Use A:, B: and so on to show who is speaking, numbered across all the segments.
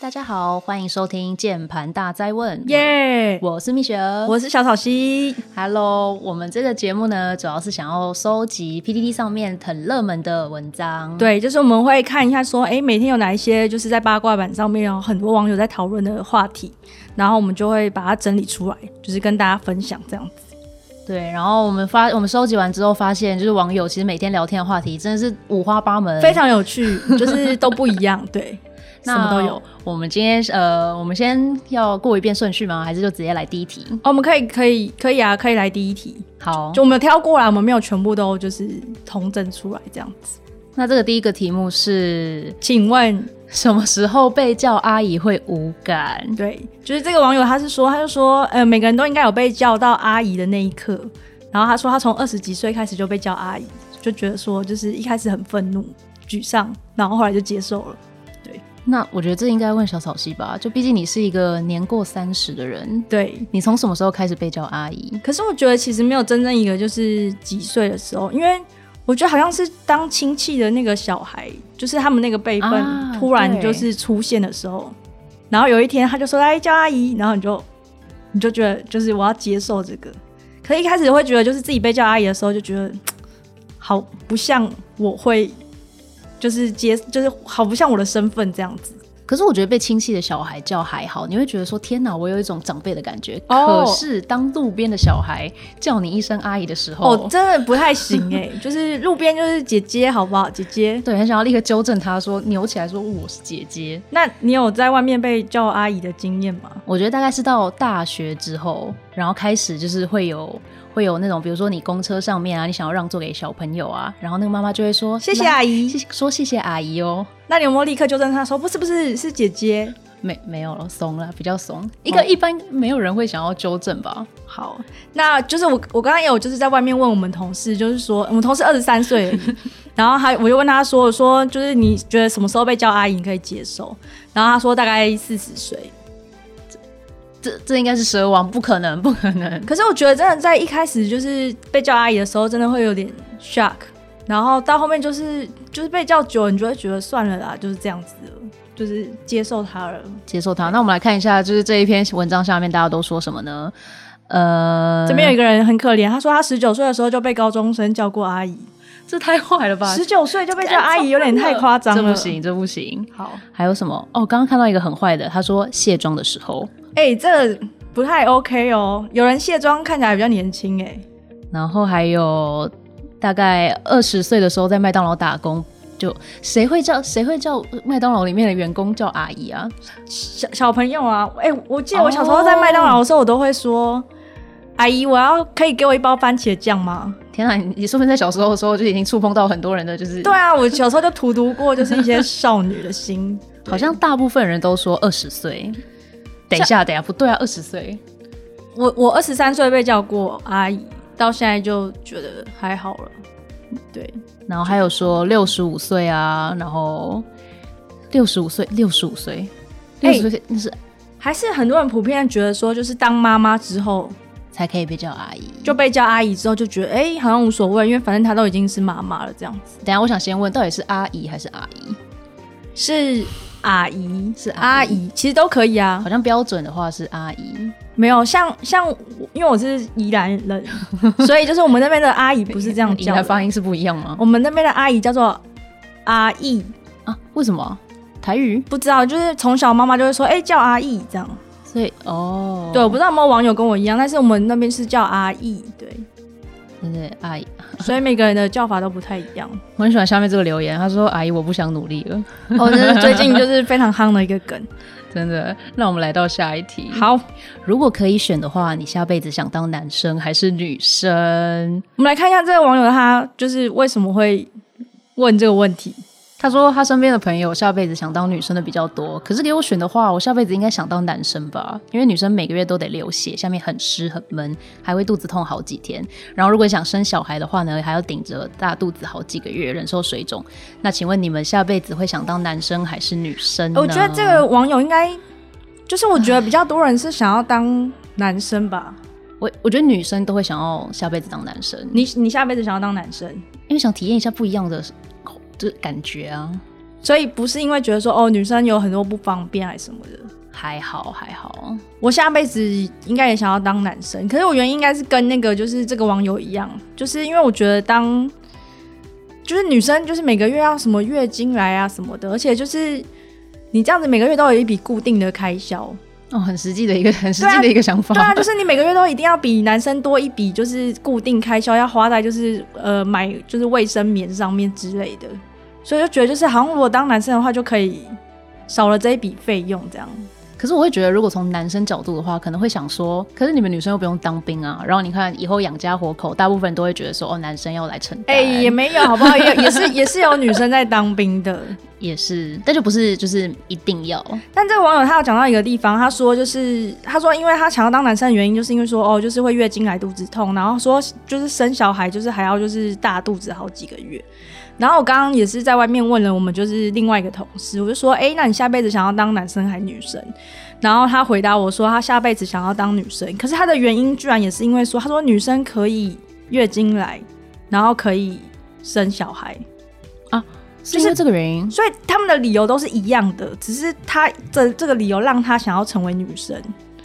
A: 大家好，欢迎收听《键盘大灾问》
B: 耶、
A: 我是蜜雪儿，
B: 我是小草溪，
A: Hello，我们这个节目呢，主要是想要收集 PDD 上面很热门的文章。
B: 对，就是我们会看一下说，哎，每天有哪一些就是在八卦版上面有很多网友在讨论的话题，然后我们就会把它整理出来，就是跟大家分享这样子。
A: 对，然后我们发我们收集完之后，发现就是网友其实每天聊天的话题真的是五花八门，
B: 非常有趣，就是都不一样， 对，什么都有。哦。
A: 我们今天呃，我们先要过一遍顺序吗？还是就直接来第一题？
B: 我们可以，可以，可以啊，可以来第一题。
A: 好，
B: 就我们有挑过来，我们没有全部都就是同整出来这样子。
A: 那这个第一个题目是
B: 请问
A: 什么时候被叫阿姨会无感？
B: 对，就是这个网友，他是说，他就说，呃，每个人都应该有被叫到阿姨的那一刻。然后他说，他从二十几岁开始就被叫阿姨，就觉得说，就是一开始很愤怒、沮丧，然后后来就接受了。
A: 那我觉得这应该问小草溪吧，就毕竟你是一个年过三十的人，
B: 对，
A: 你从什么时候开始被叫阿姨？
B: 可是我觉得其实没有真正一个就是几岁的时候，因为我觉得好像是当亲戚的那个小孩，就是他们那个辈分、
A: 啊
B: 突然就是出现的时候，然后有一天他就说来叫阿姨，然后你就你就觉得就是我要接受这个，可是一开始会觉得就是自己被叫阿姨的时候就觉得嗯好不像我会。就是接，就是好不像我的身份这样子。
A: 可是我觉得被亲戚的小孩叫还好，你会觉得说天哪，我有一种长辈的感觉。
B: 哦
A: 可是当路边的小孩叫你一声阿姨的时候，
B: 哦，真的不太行哎、就是路边就是姐姐，好不好？姐姐，
A: 对，很想要立刻纠正他说，扭起来说哦我是姐姐。
B: 那你有在外面被叫阿姨的经验吗？
A: 我觉得大概是到大学之后，然后开始就是会有会有那种，比如说你公车上面啊，你想要让座给小朋友啊，然后那个妈妈就会说
B: 谢谢
A: 来
B: 阿姨
A: 谢谢说谢谢阿姨哦。
B: 那你有没有立刻纠正他说不是不是是姐姐？
A: 没没有了，怂了，比较怂。
B: 哦
A: 一个一般没有人会想要纠正吧？
B: 好，那就是我我刚刚也有就是在外面问我们同事，就是说我们同事二十三岁而 已，然后还我就问他说，我说就是你觉得什么时候被叫阿姨你可以接受？然后他说大概四十岁。
A: 这这应该是蛇王，不可能，不可能。
B: 可是我觉得真的在一开始就是被叫阿姨的时候，真的会有点 shock，然后到后面就是就是被叫久了，你就会觉得算了啦，就是这样子了，就是接受它了。
A: 接受它。那我们来看一下，就是这一篇文章下面大家都说什么呢？呃，
B: 这边有一个人很可怜，他说他十九岁的时候就被高中生叫过阿姨，
A: 这太坏了吧
B: 十九岁就被叫阿姨，有点太夸张了。
A: 这不。行，这不行。
B: 好，
A: 还有什么？哦，刚刚看到一个很坏的，他说卸妆的时候，
B: 哎、这不太 OK 哦。有人卸妆看起来比较年轻哎、
A: 然后还有大概二十岁的时候在麦当劳打工，就谁会叫谁会叫麦当劳里面的员工叫阿姨啊？
B: 小小朋友啊，哎、我记得我小时候在麦当劳的时候，我都会说。阿姨，我要可以给我一包番茄酱吗？
A: 天啊，你你说不定在小时候的时候就已经触碰到很多人的，就是
B: 对，啊，我小时候就荼毒过，就是一些少女的心。
A: 好像大部分人都说二十岁。等一下，等一下，不对啊，二十岁。
B: 我我二十三岁被叫过阿姨，到现在就觉得还好了。对，
A: 然后还有说六十五岁啊，然后六十五岁，六十五岁，六
B: 哎
A: 十岁那是
B: 还是很多人普遍觉得说，就是当妈妈之后
A: 才可以被叫阿姨。
B: 就被叫阿姨之后，就觉得哎、好像无所谓，因为反正她都已经是妈妈了，这样子
A: 等一下，我想先问，到底是阿姨还是阿姨？
B: 是阿姨
A: 是阿
B: 阿
A: 姨
B: 姨，其实都可以啊
A: 好。像标准的话是阿姨，
B: 没有像像我，因为我是宜兰人， 所以就是我们那边的阿姨不是这样
A: 宜
B: 叫
A: 兰
B: 的，
A: 发音是不一样吗？
B: 我们那边的阿姨叫做阿姨。
A: 哦啊，为什么？台语？
B: 不知道，就是从小妈妈就会说，哎、叫阿姨这样。
A: 所以哦，
B: 对，我不知道有没有网友跟我一样，但是我们那边是叫阿姨，对，
A: 对对，阿姨。
B: 所以每个人的叫法都不太一样。
A: 我很喜欢下面这个留言，他说：“阿姨，我不想努力了。
B: 哦，这是最近就是非常夯的一个梗。”
A: 真的，那我们来到下一题。，
B: 好，
A: 如果可以选的话，你下辈子想当男生还是女生？
B: 我们来看一下这个网友他就是为什么会问这个问题。
A: 他说他身边的朋友下辈子想当女生的比较多，可是给我选的话，我下辈子应该想当男生吧，因为女生每个月都得流血，下面很湿很闷，还会肚子痛好几天。然后如果想生小孩的话呢，还要顶着大肚子好几个月，忍受水肿。那请问你们下辈子会想当男生还是女生呢？
B: 我觉得这个网友应该就是我觉得比较多人是想要当男生吧。
A: 我我觉得女生都会想要下辈子当男生，
B: 你你下辈子想要当男生？
A: 因为想体验一下不一样的。就是感觉啊，
B: 所以不是因为觉得说哦女生有很多不方便还是什么的。
A: 还好还好，
B: 我下辈子应该也想要当男生，可是我原因应该是跟那个就是这个网友一样，就是因为我觉得当就是女生就是每个月要什么月经来啊什么的，而且就是你这样子每个月都有一笔固定的开销，
A: 哦，很实际的一个很实
B: 对
A: 际
B: 啊
A: 的一个想法。
B: 对啊，就是你每个月都一定要比男生多一笔，就是固定开销要花在就是呃买就是卫生棉上面之类的，所以就觉得就是好像我当男生的话就可以少了这一笔费用这样。
A: 可是我会觉得，如果从男生角度的话，可能会想说，可是你们女生又不用当兵啊。然后你看以后养家活口，大部分人都会觉得说，哦，男生要来承担。
B: 哎、也没有好不好？也也是也是有女生在当兵的，
A: 也是，但就不是就是一定要。
B: 但这个网友他有讲到一个地方，他说就是他说，因为他想要当男生的原因，就是因为说哦，就是会月经来肚子痛，然后说就是生小孩就是还要就是大肚子好几个月。然后我刚刚也是在外面问了我们就是另外一个同事，我就说，哎，那你下辈子想要当男生还是女生？然后他回答我说，他下辈子想要当女生，可是他的原因居然也是因为说，他说女生可以月经来，然后可以生小孩，
A: 是因为这个原因，
B: 所以他们的理由都是一样的，只是他这这个理由让他想要成为女生，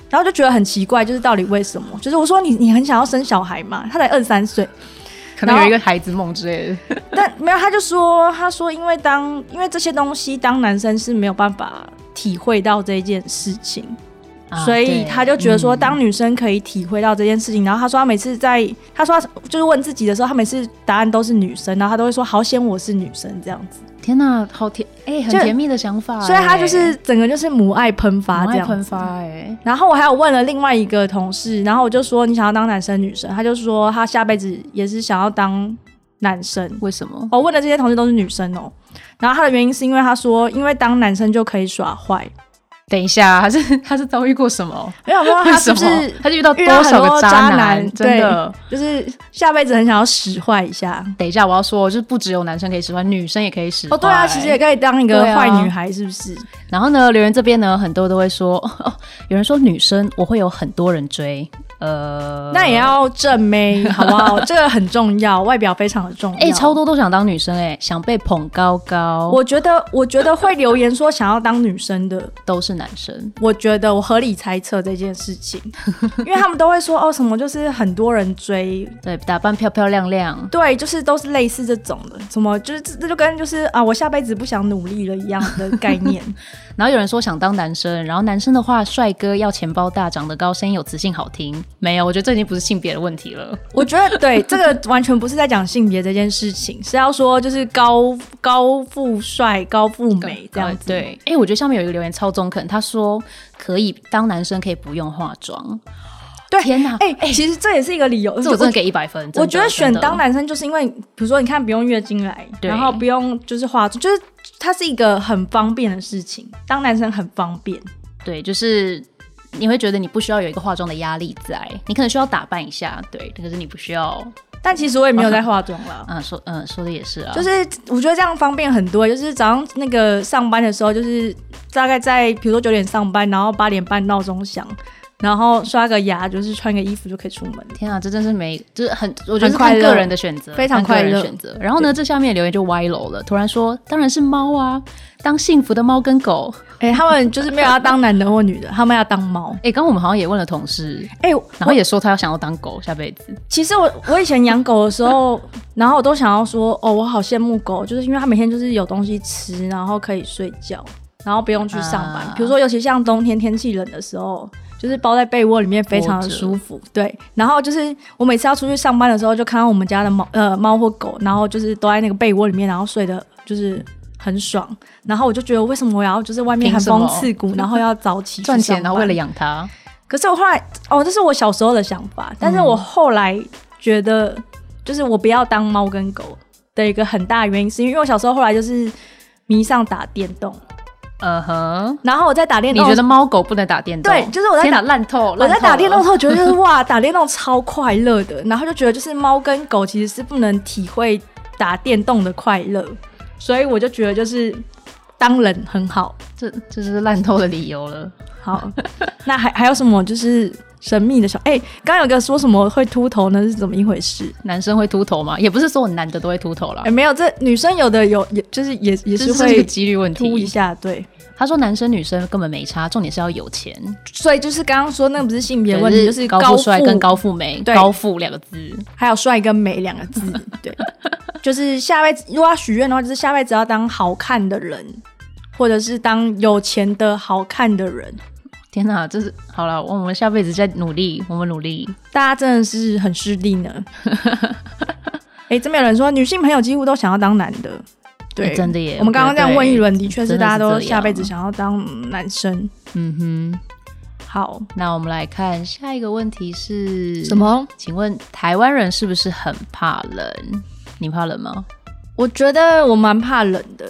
B: 然后就觉得很奇怪，就是到底为什么？就是我说你 你很想要生小孩嘛，他才二三岁，
A: 可
B: 然
A: 能
B: 后
A: 有一个孩子梦之类的。
B: 但没有他就说他说因为当因为这些东西当男生是没有办法体会到这件事情，
A: 啊
B: 所
A: 对
B: 以他就觉得说，
A: 嗯
B: 当女生可以体会到这件事情，然后他说他每次在他说他就是问自己的时候，他每次答案都是女生，然后他都会说好险我是女生这样子，
A: 天哪，好甜哎、很
B: 就
A: 甜蜜的想法哎、
B: 所以他就是整个就是母爱喷发
A: 很
B: 这
A: 爱
B: 样子
A: 喷发哎、
B: 然后我还有问了另外一个同事，然后我就说你想要当男生女生，他就说他下辈子也是想要当男生。
A: 为什么？
B: 我问的这些同事都是女生哦，然后他的原因是因为他说，因为当男生就可以耍坏，
A: 等一下，他是他是遭遇过什么？
B: 没有没有，
A: 为
B: 他
A: 什
B: 是不
A: 么？
B: 是
A: 他是遇到
B: 遇
A: 多
B: 到很
A: 少
B: 多
A: 个
B: 渣
A: 男？真
B: 对
A: 的，
B: 就是下辈子很想要使坏一下？
A: 等一下，我要说，就是不只有男生可以使坏，女生也可以使坏。啊
B: 哦，对啊，其实也可以当一个
A: 对啊
B: 坏女孩，是不是？
A: 然后呢，留言这边呢，很多都会说， 哦，有人说女生我会有很多人追，呃，
B: 那也要正妹，好 不好？这个很重要，外表非常的重要。
A: 哎、超多都想当女生、哎，想被捧高高，
B: 我觉得，我觉得会留言说想要当女生的，
A: 都是男生，
B: 我觉得我合理猜测这件事情， 因为他们都会说哦什么就是很多人追，
A: 对，打扮漂漂亮亮，
B: 对，就是都是类似这种的，什么就是这这就跟就是啊我下辈子不想努力了一样的概 念。
A: 然后有人说想当男生，然后男生的话，帅哥要钱包大，长得高，声音有磁性，好听。没有，我觉得这已经不是性别的问题了。
B: 我觉得对这个完全不是在讲性别这件事情，是要说就是高高富帅、高富美这样子。
A: 对，哎、我觉得下面有一个留言超中肯，他说可以当男生可以不用化妆。
B: 对
A: 天哪，
B: 哎、其实这也是一个理由，
A: 这我真的给一百分。
B: 我觉得选当
A: 男
B: 男生就是因为，比如说你看不用月经来，
A: 对
B: 然后不用就是化妆，就是它是一个很方便的事情，当男生很方便。
A: 对，就是你会觉得你不需要有一个化妆的压力在，你可能需要打扮一下，对，可是你不需要。
B: 但其实我也没有在化妆 啦，
A: 嗯，说嗯说的也是啊，
B: 就是我觉得这样方便很多。就是早上那个上班的时候，就是大概在比如说九点上班，然后八点半闹钟响，然后刷个牙，就是穿个衣服就可以出门了。
A: 天啊，这真是没，就是很，我觉得是
B: 很快
A: 看
B: 乐
A: 个人的选择，
B: 非常
A: 看个人
B: 快乐
A: 选择。然后呢，这下面留言就歪楼了，突然说，当然是猫啊，当幸福的猫跟狗。
B: 哎、他们就是没有要当男的或女的，他们要当猫。
A: 哎，刚刚我们好像也问了同事，
B: 哎、
A: 然后也说他要想要当狗，下辈子。
B: 其实我我以前养狗的时候，然后我都想要说，哦，我好羡慕狗，就是因为它每天就是有东西吃，然后可以睡觉，然后不用去上班。
A: 啊
B: 比如说，尤其像冬天天气冷的时候，就是包在被窝里面非常的舒服。
A: 嗯
B: 对，然后就是我每次要出去上班的时候，就看到我们家的猫呃猫或狗，然后就是都在那个被窝里面，然后睡的就是。很爽，然后我就觉得为什么我要就是外面寒风
A: 凭什么
B: 刺骨，然后要早起去
A: 赚钱，
B: 上
A: 然后
B: 班
A: 为了养它，
B: 可是我后来，哦，这是我小时候的想法，但是我后来觉得，就是我不要当猫跟狗的一个很大原因，是因为我小时候后来就是迷上打电动，
A: 嗯哼。
B: 然后我在打电
A: 你
B: 动，
A: 觉得猫狗不能打电动？
B: 对，就是我在
A: 天
B: 打
A: 哪，烂透！
B: 我在
A: 烂透
B: 打电动
A: 了
B: 的时候，觉 得就是哇，打电动超快乐的，然后就觉得就是猫跟狗其实是不能体会打电动的快乐，所以我就觉得就是当人很好。
A: 这这就是烂透的理由了。
B: 好， 那还还有什么就是神秘的小？哎、刚刚有个说什么会秃头呢？是怎么一回事？
A: 男生会秃头吗？也不是所有男的都会秃头啦
B: 哎、，没有，这女生有的有，也就是也也
A: 这
B: 是
A: 是一个
B: 会
A: 几率问
B: 秃一
A: 题。
B: 下，对。
A: 他说男生女生根本没差，重点是要有钱。
B: 所以就是刚刚说那个不是性别
A: 对
B: 问题，就是
A: 高
B: 高
A: 富帅
B: 富
A: 跟高富美，
B: 对
A: 高富两个字。
B: 还有帅跟美 两个字，对，就是下辈子如果要许愿的话，就是下辈子要当好看的人，或者是当有钱的好看的人。
A: 天哪，这是好了，我们下辈子再努力，我们努力。
B: 大家真的是很失利呢。 哎、这边有人说女性朋友几乎都想要当男的，对，
A: 哎真的耶
B: 我们刚刚这样问一轮，的确是
A: 真的
B: 大
A: 是
B: 家都
A: 这样
B: 下辈子想要当嗯男生。
A: 嗯哼，
B: 好，
A: 那我们来看下一个问题是
B: 什？么？
A: 请问台湾人是不是很怕冷？你怕冷吗？
B: 我觉得我蛮怕冷的，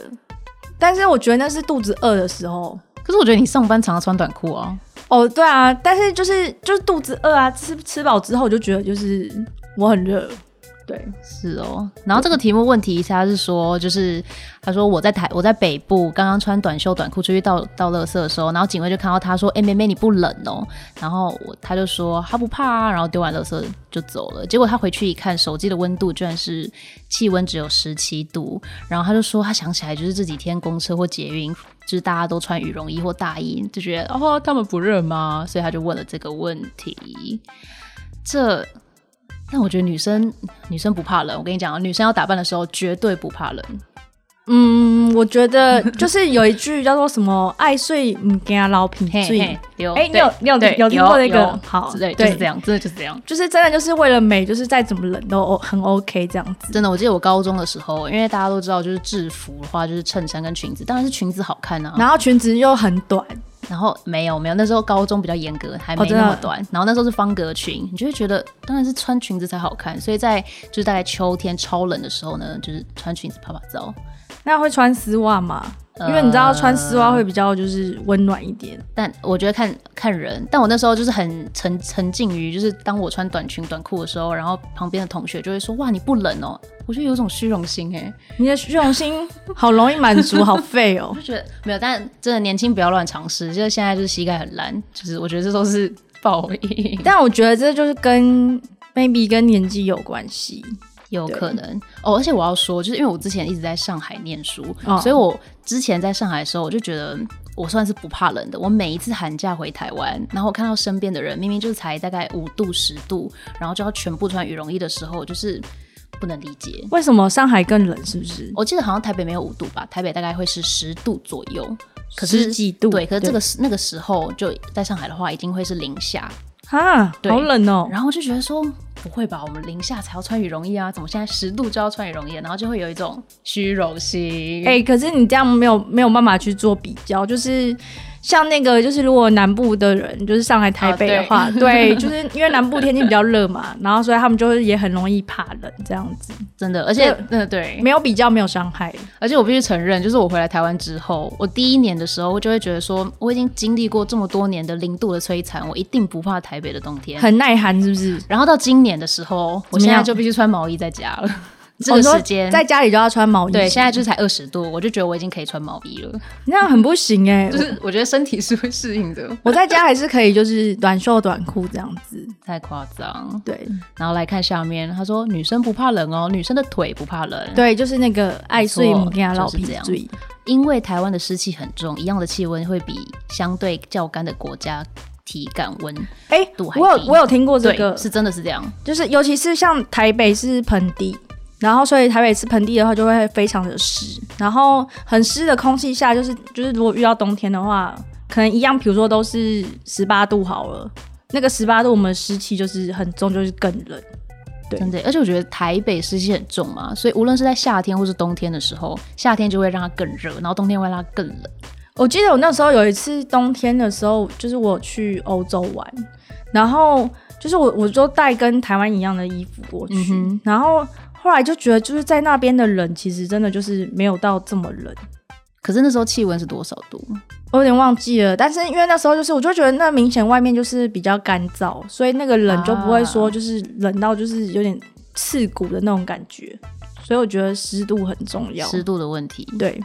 B: 但是我觉得那是肚子饿的时候。
A: 可是我觉得你上班常常穿短裤啊。
B: 哦，对啊，但是就是就是肚子饿啊，吃吃饱之后我就觉得就是我很热，对，
A: 是哦，然后这个题目问题他是说，就是他说我在台我在北部刚刚穿短袖短裤出去倒倒垃圾的时候，然后警卫就看到他说：“哎、妹妹你不冷哦。”然后我他就说他不怕啊，然后丢完垃圾就走了。结果他回去一看，手机的温度居然是气温只有十七度，然后他就说他想起来就是这几天公车或捷运。就是大家都穿羽绒衣或大衣，就觉得哦，他们不热吗？所以他就问了这个问题。这但我觉得女生女生不怕冷，我跟你讲啊，女生要打扮的时候绝对不怕冷。
B: 嗯，我觉得就是有一句叫做什么“爱睡唔惊老皮
A: 嘿
B: 醉”，
A: 嘿，有
B: 哎、你有你有
A: 对
B: 有听过那个
A: 有？
B: 好，
A: 对，
B: 对，
A: 就是这样，真的就是这样。
B: 就是真的就是为了美，就是再怎么冷都 O- 很 OK 这样子。
A: 真的，我记得我高中的时候，因为大家都知道，就是制服的话，就是衬衫跟裙子，当然是裙子好看啊。
B: 然后裙子又很短，
A: 然后没有没有，那时候高中比较严格，还没
B: 哦真
A: 那
B: 的
A: 么短。然后那时候是方格裙，你就会觉得当然是穿裙子才好看。所以在就是大概秋天超冷的时候呢，就是穿裙子拍拍照。
B: 那会穿丝袜吗？
A: 呃
B: 因为你知道穿丝袜会比较就是温暖一点。
A: 但我觉得看看人，但我那时候就是很沉沉浸于，就是当我穿短裙短裤的时候，然后旁边的同学就会说：“哇，你不冷哦！”我就有一种虚荣心哎、
B: 你的虚荣心好容易满足，好废哦
A: 我。就觉得没有，但真的年轻不要乱尝试，就是现在就是膝盖很烂，就是我觉得这都是 报应，
B: 但我觉得这就是跟 maybe 跟年纪有关系。
A: 有可能哦。而且我要说，就是因为我之前一直在上海念书，
B: 哦
A: 所以我之前在上海的时候，我就觉得。我算是不怕冷的。我每一次寒假回台湾，然后我看到身边的人明明就是才大概五度十度，然后就要全部穿羽绒衣的时候，我就是不能理解。
B: 为什么上海更冷？是不是？
A: 我记得好像台北没有五度吧，台北大概会是十度左右。可是
B: 十几度
A: 对，可是
B: 对
A: 这个时那个时候就在上海的话，一定会是零下。
B: 哈，
A: 对
B: 好冷哦。
A: 然后就觉得说不会吧，我们零下才要穿羽绒衣啊，怎么现在十度就要穿羽绒衣了？然后就会有一种虚荣心。
B: 哎、可是你这样没有没有办法去做比较，就是像那个，就是如果南部的人就是
A: 哦
B: 上来台北的 话，对，就是因为南部天气比较热嘛，然后所以他们就是也很容易怕冷这样子，
A: 真的，而且
B: 这
A: 真的对，
B: 没有比较没有伤害。
A: 而且我必须承认，就是我回来台湾之后，我第一年的时候，我就会觉得说，我已经经历过这么多年的零度的摧残，我一定不怕台北的冬天。
B: 很耐寒是不是？
A: 然后到今年的时候，我现
B: 怎么
A: 在
B: 样
A: 就必须穿毛衣在家了。这个
B: 我说
A: 时间
B: 在家里就要穿毛衣，
A: 对，现在就是才二十度，我就觉得我已经可以穿毛衣了。
B: 那样很不行哎、
A: 就
B: 我
A: 是我觉得身体是会适应的，
B: 我在家还是可以，就是短袖短裤这样子。
A: 太夸张。
B: 对
A: 然后来看下面，他说女生不怕冷哦，女生的腿不怕冷。，
B: 对，就是那个爱睡
A: 没错
B: 母跟他老
A: 就是
B: 皮
A: 这样
B: 醉，
A: 因为台湾的湿气很重，一样的气温会比相对较干的国家体感温。
B: 哎、
A: 度还
B: 我有
A: 低
B: 我有听过这
A: 对，
B: 个，
A: 是真的是这样。
B: 就是尤其是像台北是盆地，然后所以台北是盆地的话就会非常的湿，然后很湿的空气下，就是就是如果遇到冬天的话，可能一样，比如说都是十八度好了，那个十八度我们的湿气就是很重，就是更冷。对
A: 真的，而且我觉得台北湿气很重嘛，所以无论是在夏天或是冬天的时候，夏天就会让它更热，然后冬天会让它更冷。
B: 我记得我那时候有一次冬天的时候，就是我去欧洲玩，然后就是我我就带跟台湾一样的衣服过去，
A: 嗯
B: 然后后来就觉得就是在那边的冷其实真的就是没有到这么冷。
A: 可是那时候气温是多少度？
B: 我有点忘记了，但是因为那时候就是，我就觉得那明显外面就是比较干燥，所以那个冷就不
A: 啊
B: 会说就是冷到就是有点刺骨的那种感觉，所以我觉得湿度很重要。
A: 湿度的问题。
B: 对，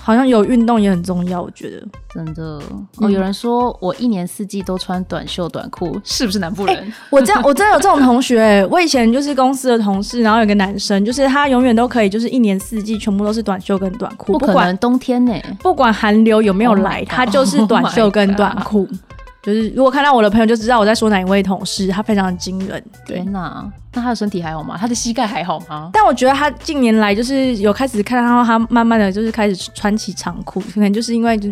B: 好像有运动也很重要，我觉得。
A: 真的哦，有人说我一年四季都穿短袖短裤，是不是南部人？
B: 我这样，我真的有这种同学、欸我以前就是公司的同事，然后有个男生，就是他永远都可以，就是一年四季全部都是短袖跟短裤，
A: 不
B: 不
A: 可
B: 管
A: 能冬天呢、
B: 不管寒流有没有
A: Oh my
B: 来
A: God
B: 他就是短袖跟短裤。就是如果看到我的朋友就知道我在说哪一位同事，他非常的惊人。对
A: 天，哪，那他的身体还好吗？他的膝盖还好吗？
B: 但我觉得他近年来就是有开始看到他慢慢的就是开始穿起长裤，可能就是因为就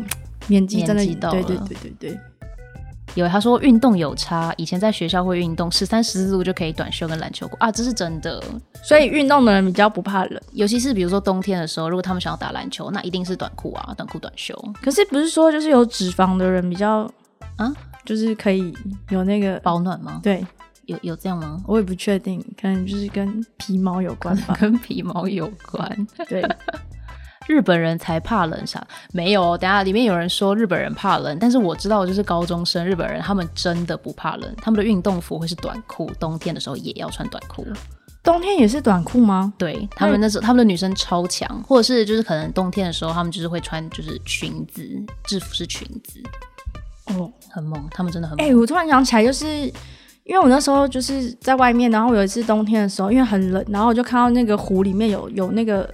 B: 年纪真的
A: 年纪到
B: 对
A: 了
B: 对对对对。
A: 有，他说运动有差，以前在学校会运动，十三十四度就可以短袖跟篮球裤啊，这是真的。
B: 所以运动的人比较不怕冷，
A: 尤其是比如说冬天的时候，如果他们想要打篮球，那一定是短裤啊，短裤短袖。
B: 可是不是说就是有脂肪的人比较
A: 啊，
B: 就是可以有那个
A: 保暖吗？
B: 对，
A: 有有这样吗？
B: 我也不确定，可能就是跟皮毛有关吧。
A: 跟皮毛有关。
B: 对，
A: 日本人才怕冷啥？没有，哦等一下里面有人说日本人怕冷，但是我知道就是高中生日本人，他们真的不怕冷，他们的运动服会是短裤，冬天的时候也要穿短裤。
B: 冬天也是短裤吗？
A: 对他们那时候，他们的女生超强，或者是就是可能冬天的时候，他们就是会穿就是裙子，制服是裙子，
B: 哦，
A: 很猛，他们真的很
B: 哎、
A: 猛。
B: 我突然想起来，就是因为我那时候就是在外面，然后有一次冬天的时候，因为很冷，然后我就看到那个湖里面有有那个。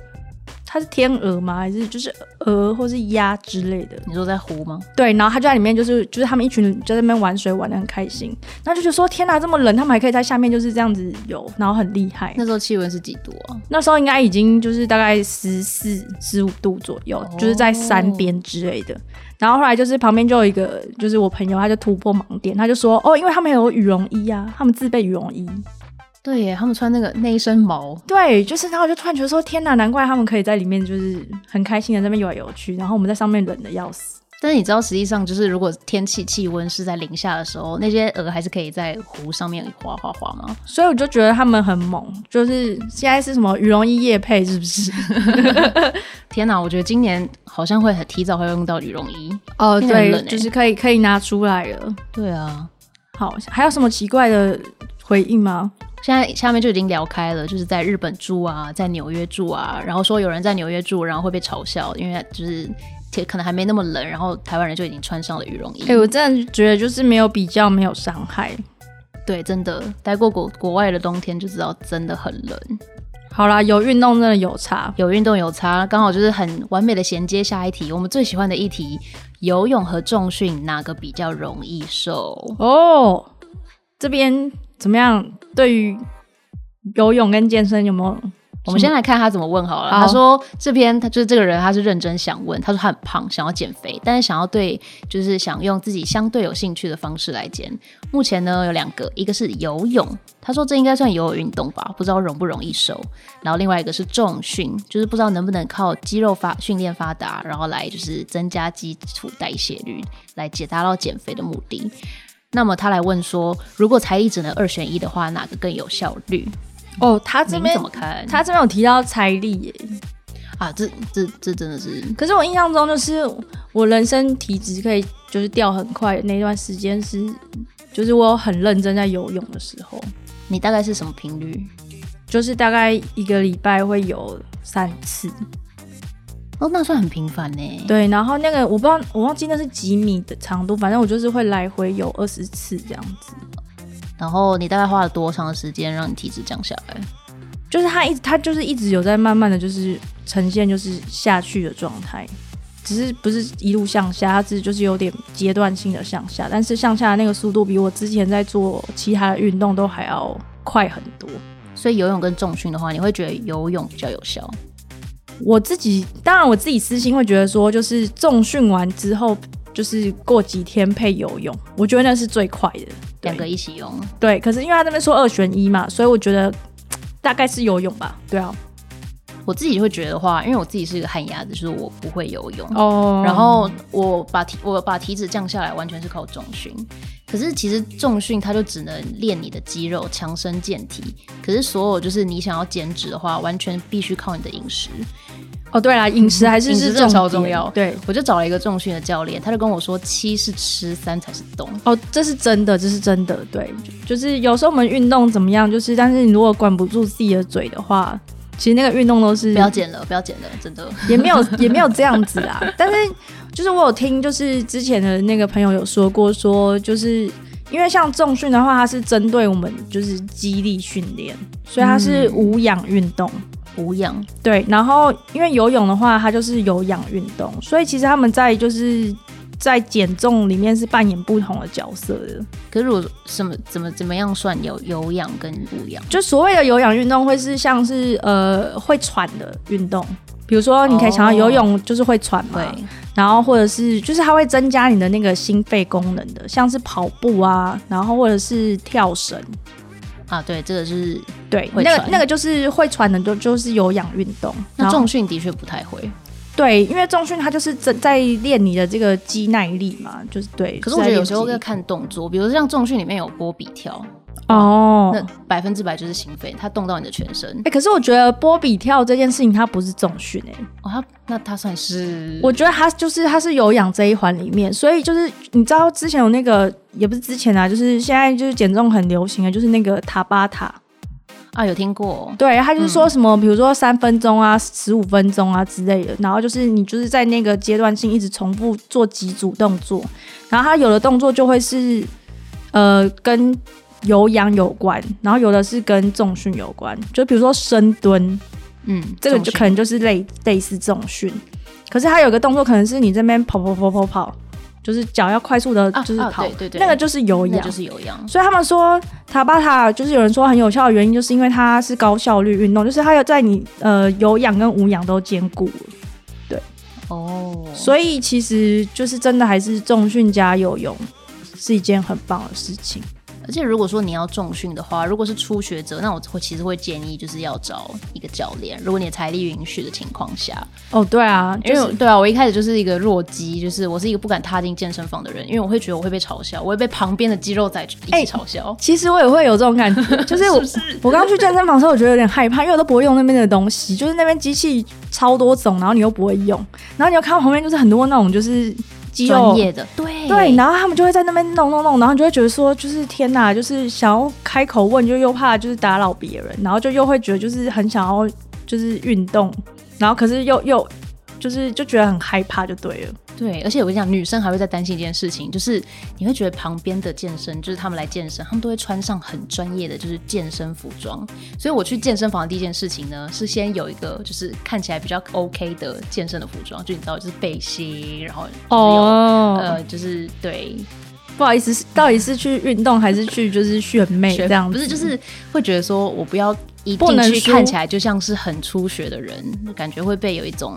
B: 它是天鹅吗？还是就是鹅或是鸭之类的？
A: 你说在湖吗？
B: 对，然后他就在里面，就是就是他们一群人就在那边玩水，玩的很开心。然后就觉得说，天哪，这么冷，他们还可以在下面就是这样子游，然后很厉害。
A: 那时候气温是几度啊？
B: 那时候应该已经就是大概十四、十五度左右，就是在山边之类的。然后后来就是旁边就有一个，就是我朋友，他就突破盲点，他就说：“哦，因为他们有羽绒衣啊，他们自备羽绒衣。
A: 对耶，他们穿那个那一身毛”，
B: 对，就是，然后我就突然觉得说：“天哪，难怪他们可以在里面就是很开心的在那边游来游去，然后我们在上面冷的要死。
A: 但是你知道，实际上就是如果天气气温是在零下的时候，那些鹅还是可以在湖上面滑滑滑吗？”
B: 所以我就觉得他们很猛，就是现在是什么羽绒衣夜配是不是？
A: 天哪，我觉得今年好像会很提早会用到羽绒衣。
B: 哦
A: 现在很
B: 对
A: 冷，欸
B: 就是可以可以拿出来了。
A: 对啊，
B: 好，还有什么奇怪的回应吗？
A: 现在下面就已经聊开了，就是在日本住啊，在纽约住啊，然后说有人在纽约住，然后会被嘲笑，因为就是天可能还没那么冷，然后台湾人就已经穿上了羽绒衣。
B: 哎、我真的觉得就是没有比较，没有伤害。
A: 对，真的待过国国外的冬天就知道真的很冷，
B: 好啦，有运动真的有差。
A: 有运动有差，刚好就是很完美的衔接下一题，我们最喜欢的一题：游泳和重训哪个比较容易瘦？
B: 哦，这边怎么样？对于游泳跟健身有没有？
A: 我们先来看他怎么问好了。
B: 好
A: 他说这边他就是这个人，他是认真想问。他说他很胖，想要减肥，但是想要对就是想用自己相对有兴趣的方式来减。目前呢有两个，一个是游泳，他说这应该算游泳运动吧，不知道容不容易瘦。然后另外一个是重训，就是不知道能不能靠肌肉发训练发达，然后来就是增加基础代谢率，来解达到减肥的目的。那么他来问说，如果才艺只能二选一的话，哪个更有效率？
B: 哦，他这
A: 您
B: 边
A: 怎么看？
B: 他这边有提到财力耶，
A: 啊，这这这真的是
B: 可是我印象中就是我人生体脂可以就是掉很快的那段时间是，就是我有很认真在游泳的时候，
A: 你大概是什么频率？
B: 就是大概一个礼拜会游三次。
A: 哦，那算很频繁呢。，
B: 对，然后那个我不知道，我忘记那是几米的长度，反正我就是会来回游二十次这样子。
A: 然后你大概花了多长的时间让你体脂降下来？
B: 就是它一直它就是一直有在慢慢的就是呈现就是下去的状态，只是不是一路向下，它只是就是有点阶段性的向下，但是向下的那个速度比我之前在做其他的运动都还要快很多。
A: 所以游泳跟重训的话，你会觉得游泳比较有效。
B: 我自己当然我自己私心会觉得说，就是重训完之后，就是过几天配游泳，我觉得那是最快的。对
A: 两个一起用，
B: 对，可是因为他那边说二选一嘛，所以我觉得大概是游泳吧。对啊，
A: 我自己会觉得话，因为我自己是一个旱鸭子，就是我不会游泳，
B: 哦
A: 然后我把体我把体脂降下来，完全是靠重训。可是其实重训它就只能练你的肌肉，强身健体。可是所有就是你想要减脂的话，完全必须靠你的饮食。
B: 哦对啦，饮食还是
A: 饮食
B: 是
A: 真的超
B: 重
A: 重
B: 点
A: 要
B: 对，
A: 我就找了一个重训的教练，他就跟我说，七是吃，三才是动。
B: 哦，这是真的，这是真的，对，就就是有时候我们运动怎么样，就是但是你如果管不住自己的嘴的话，其实那个运动都是
A: 不要剪了，不要剪了，真的。
B: 也没有也没有这样子啦。 但是就是我有听，就是之前的那个朋友有说过说就是因为像重训的话，它是针对我们就是肌力训练，所以它是无氧运动。
A: 无氧，
B: 对，然后因为游泳的话，它就是有氧运动，所以其实他们在就是在减重里面是扮演不同的角色的。
A: 可是我什么怎么怎么样算有有氧跟无氧？
B: 就所谓的有氧运动，会是像是呃会喘的运动，比如说你可以想到游泳就是会喘嘛，
A: 对，
B: 然后或者是就是它会增加你的那个心肺功能的，像是跑步啊，然后或者是跳绳，
A: 啊，对，这个是
B: 对，
A: 会
B: 那个
A: 喘
B: 那个就是会喘的，就就是有氧运动。
A: 那
B: 然后
A: 重训的确不太会。
B: 对，因为重训它就是在在练你的这个肌耐力嘛，就是对。
A: 可是我觉得有时候
B: 在
A: 要
B: 练
A: 看动作，比如像重训里面有波比跳，
B: 肌哦，
A: 那
B: 哎、
A: 百分之百就是心肺，它动到你的全身。
B: 可是我觉得波比跳这件事情它不是重训哎、
A: 哦，它那它算是
B: 我觉得它就是它是有氧这一环里面，所以就是你知道之前有那个也不是之前啊，就是现在就是减重很流行的，就是那个塔巴塔。
A: 啊有听过，
B: 对，他就是
A: 嗯
B: 说什么，比如说三分钟啊、十五分钟啊之类的，然后就是你就是在那个阶段性一直重复做几组动作，然后他有的动作就会是呃跟有氧有关，然后有的是跟重训有关，就比如说深蹲，
A: 嗯，
B: 这个
A: 重
B: 就
A: 训
B: 可能就是类类似重训，可是他有个动作可能是你这边跑跑跑跑跑，就是脚要快速的，
A: 啊
B: 就是
A: 啊
B: 跑，
A: 对对对
B: 那个就是有
A: 那
B: 氧
A: 就。是有氧，
B: 所以他们说塔巴塔就是有人说很有效的原因，就是因为它是高效率运动，就是它有在你呃有氧跟无氧都兼顾。
A: 哦，
B: 所以其实就是真的还是重训加游泳是一件很棒的事情。
A: 而且如果说你要重训的话，如果是初学者，那我会其实会建议就是要找一个教练，如果你的财力允许的情况下，
B: 哦，对啊，
A: 因为我对啊，我一开始就是一个弱鸡，就是我是一个不敢踏进健身房的人，因为我会觉得我会被嘲笑，我会被旁边的肌肉仔一起
B: 哎
A: 嘲笑。
B: 其实我也会有这种感觉， 就是我我刚去健身房的时候，我觉得有点害怕，因为我都不会用那边的东西，就是那边机器超多种，然后你又不会用，然后你又看到旁边就是很多那种就是肌肉
A: 专业的，对
B: 对，然后他们就会在那边弄弄弄，然后你就会觉得说，就是天哪，就是想要开口问，就又怕就是打扰别人，然后就又会觉得就是很想要就是运动，然后可是又又就是就觉得很害怕就对了。
A: 对，而且我跟你讲，女生还会在担心一件事情，就是你会觉得旁边的健身，就是他们来健身，他们都会穿上很专业的就是健身服装。所以我去健身房的第一件事情呢，是先有一个就是看起来比较 OK 的健身的服装，就你知道，就是背心，然后就是有、
B: 哦，
A: 呃，就是对
B: 不好意思，是到底是去运动还是去就是选美
A: 学
B: 这样子？
A: 不是就是会觉得说我不要一
B: 不
A: 进
B: 能
A: 去
B: 输
A: 看起来就像是很初学的人，感觉会被有一种。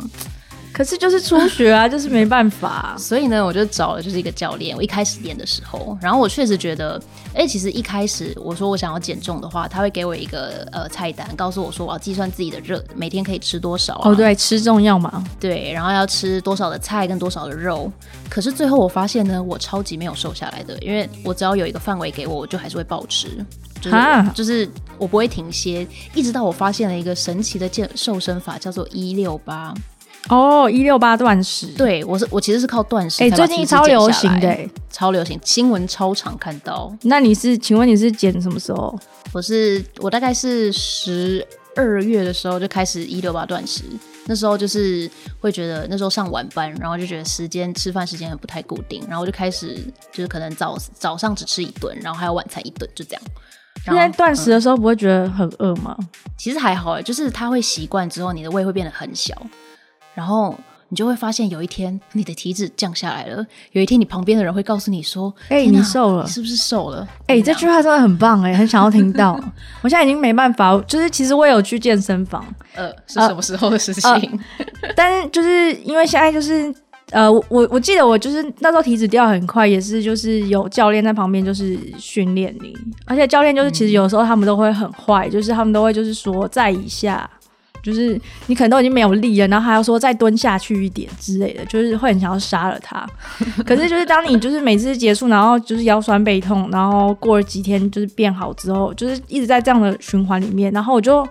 B: 可是就是初学啊，就是没办法、
A: 所以呢，我就找了就是一个教练。我一开始练的时候，然后我确实觉得，哎、其实一开始我说我想要减重的话，他会给我一个呃菜单，告诉我说我要哦计算自己的热，每天可以吃多少、啊。
B: 哦，对，吃重要嘛。
A: 对，然后要吃多少的菜跟多少的肉。可是最后我发现呢，我超级没有瘦下来的，因为我只要有一个范围给我，我就还是会暴吃，就是
B: 哈
A: 就是我不会停歇，一直到我发现了一个神奇的健瘦身法，叫做一六八。
B: 哦，一六八断食。，
A: 对我是我其实是靠断食
B: 哎、
A: 才把
B: 最
A: 体
B: 近
A: 脂
B: 超
A: 减
B: 流
A: 下
B: 行
A: 来
B: 的、欸。
A: 超流行，新闻超常看到。
B: 那你是，请问你是减什么时候？
A: 我是我大概是十二月的时候就开始一六八断食，那时候就是会觉得那时候上晚班，然后就觉得时间吃饭时间很不太固定，然后我就开始就是可能早早上只吃一顿，然后还有晚餐一顿，就这样。
B: 现
A: 然后
B: 在断食的时候不会觉得很饿吗？
A: 其实还好欸，就是它会习惯之后，你的胃会变得很小，然后你就会发现有一天你的体脂降下来了，有一天你旁边的人会告诉你说：“
B: 哎
A: 天哪
B: 你瘦了
A: 你是不是瘦了？”
B: 哎、
A: 你
B: 这
A: 哪
B: 句话真的很棒哎、很想要听 到。我现在已经没办法，就是其实我有去健身房，
A: 呃是什么时候的事情？
B: 呃但是就是因为现在就是呃，我我我记得我就是那时候体脂掉很快，也是就是有教练在旁边就是训练你，而且教练就是其实有时候他们都会很坏，就是他们都会就是说再一下。就是你可能都已经没有力了，然后还要说再蹲下去一点之类的，就是会很想要杀了他。可是就是当你就是每次结束，然后就是腰酸背痛，然后过了几天就是变好之后，就是一直在这样的循环里面，然后我就我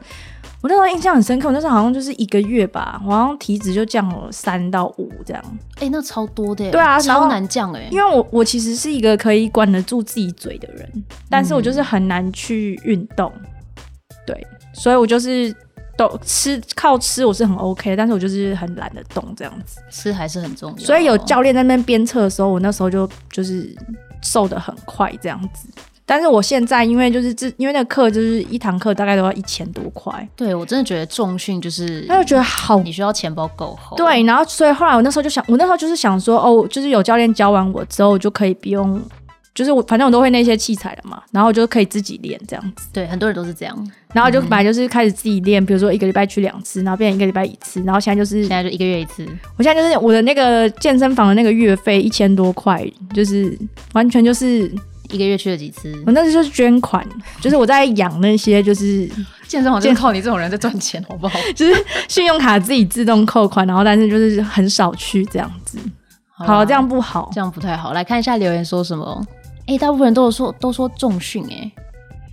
B: 那时候印象很深刻，我那时候好像就是一个月吧，我好像体脂就降了三到五这样。
A: 哎、那超多的耶，
B: 对啊然
A: 超
B: 后
A: 难降哎、
B: 因为我我其实是一个可以管得住自己嘴的人，但是我就是很难去运动，对，所以我就是都吃靠吃我是很 OK，但是我就是很懒得动这样子。
A: 吃还是很重要。
B: 所以有教练在那边鞭策的时候，我那时候就就是瘦的很快这样子。但是我现在因为就是自因为那个课就是一堂课大概都要一千多块，
A: 对我真的觉得重训就是，
B: 那就觉得好
A: 你需要钱包够厚。
B: 嗯对，然后所以后来我那时候就想，我那时候就是想说，哦，就是有教练教完我之后，我就可以不用，就是我反正我都会那些器材了嘛，然后我就可以自己练这样子，
A: 对，很多人都是这样。
B: 然后就本来就是开始自己练，比如说一个礼拜去两次，然后变成一个礼拜一次，然后现在就是
A: 现在就一个月一次，
B: 我现在就是我的那个健身房的那个月费一千多块，就是完全就是
A: 一个月去了几次？
B: 我那时候就是捐款，就是我在养那些就是
A: 健身房就靠你这种人在赚钱，好不好？
B: 就是信用卡自己自动扣款，然后但是就是很少去这样子，好
A: 啦
B: 这样不好。
A: 这样不太好。来看一下留言说什么？哎、大部分人都有说都说重训、哎，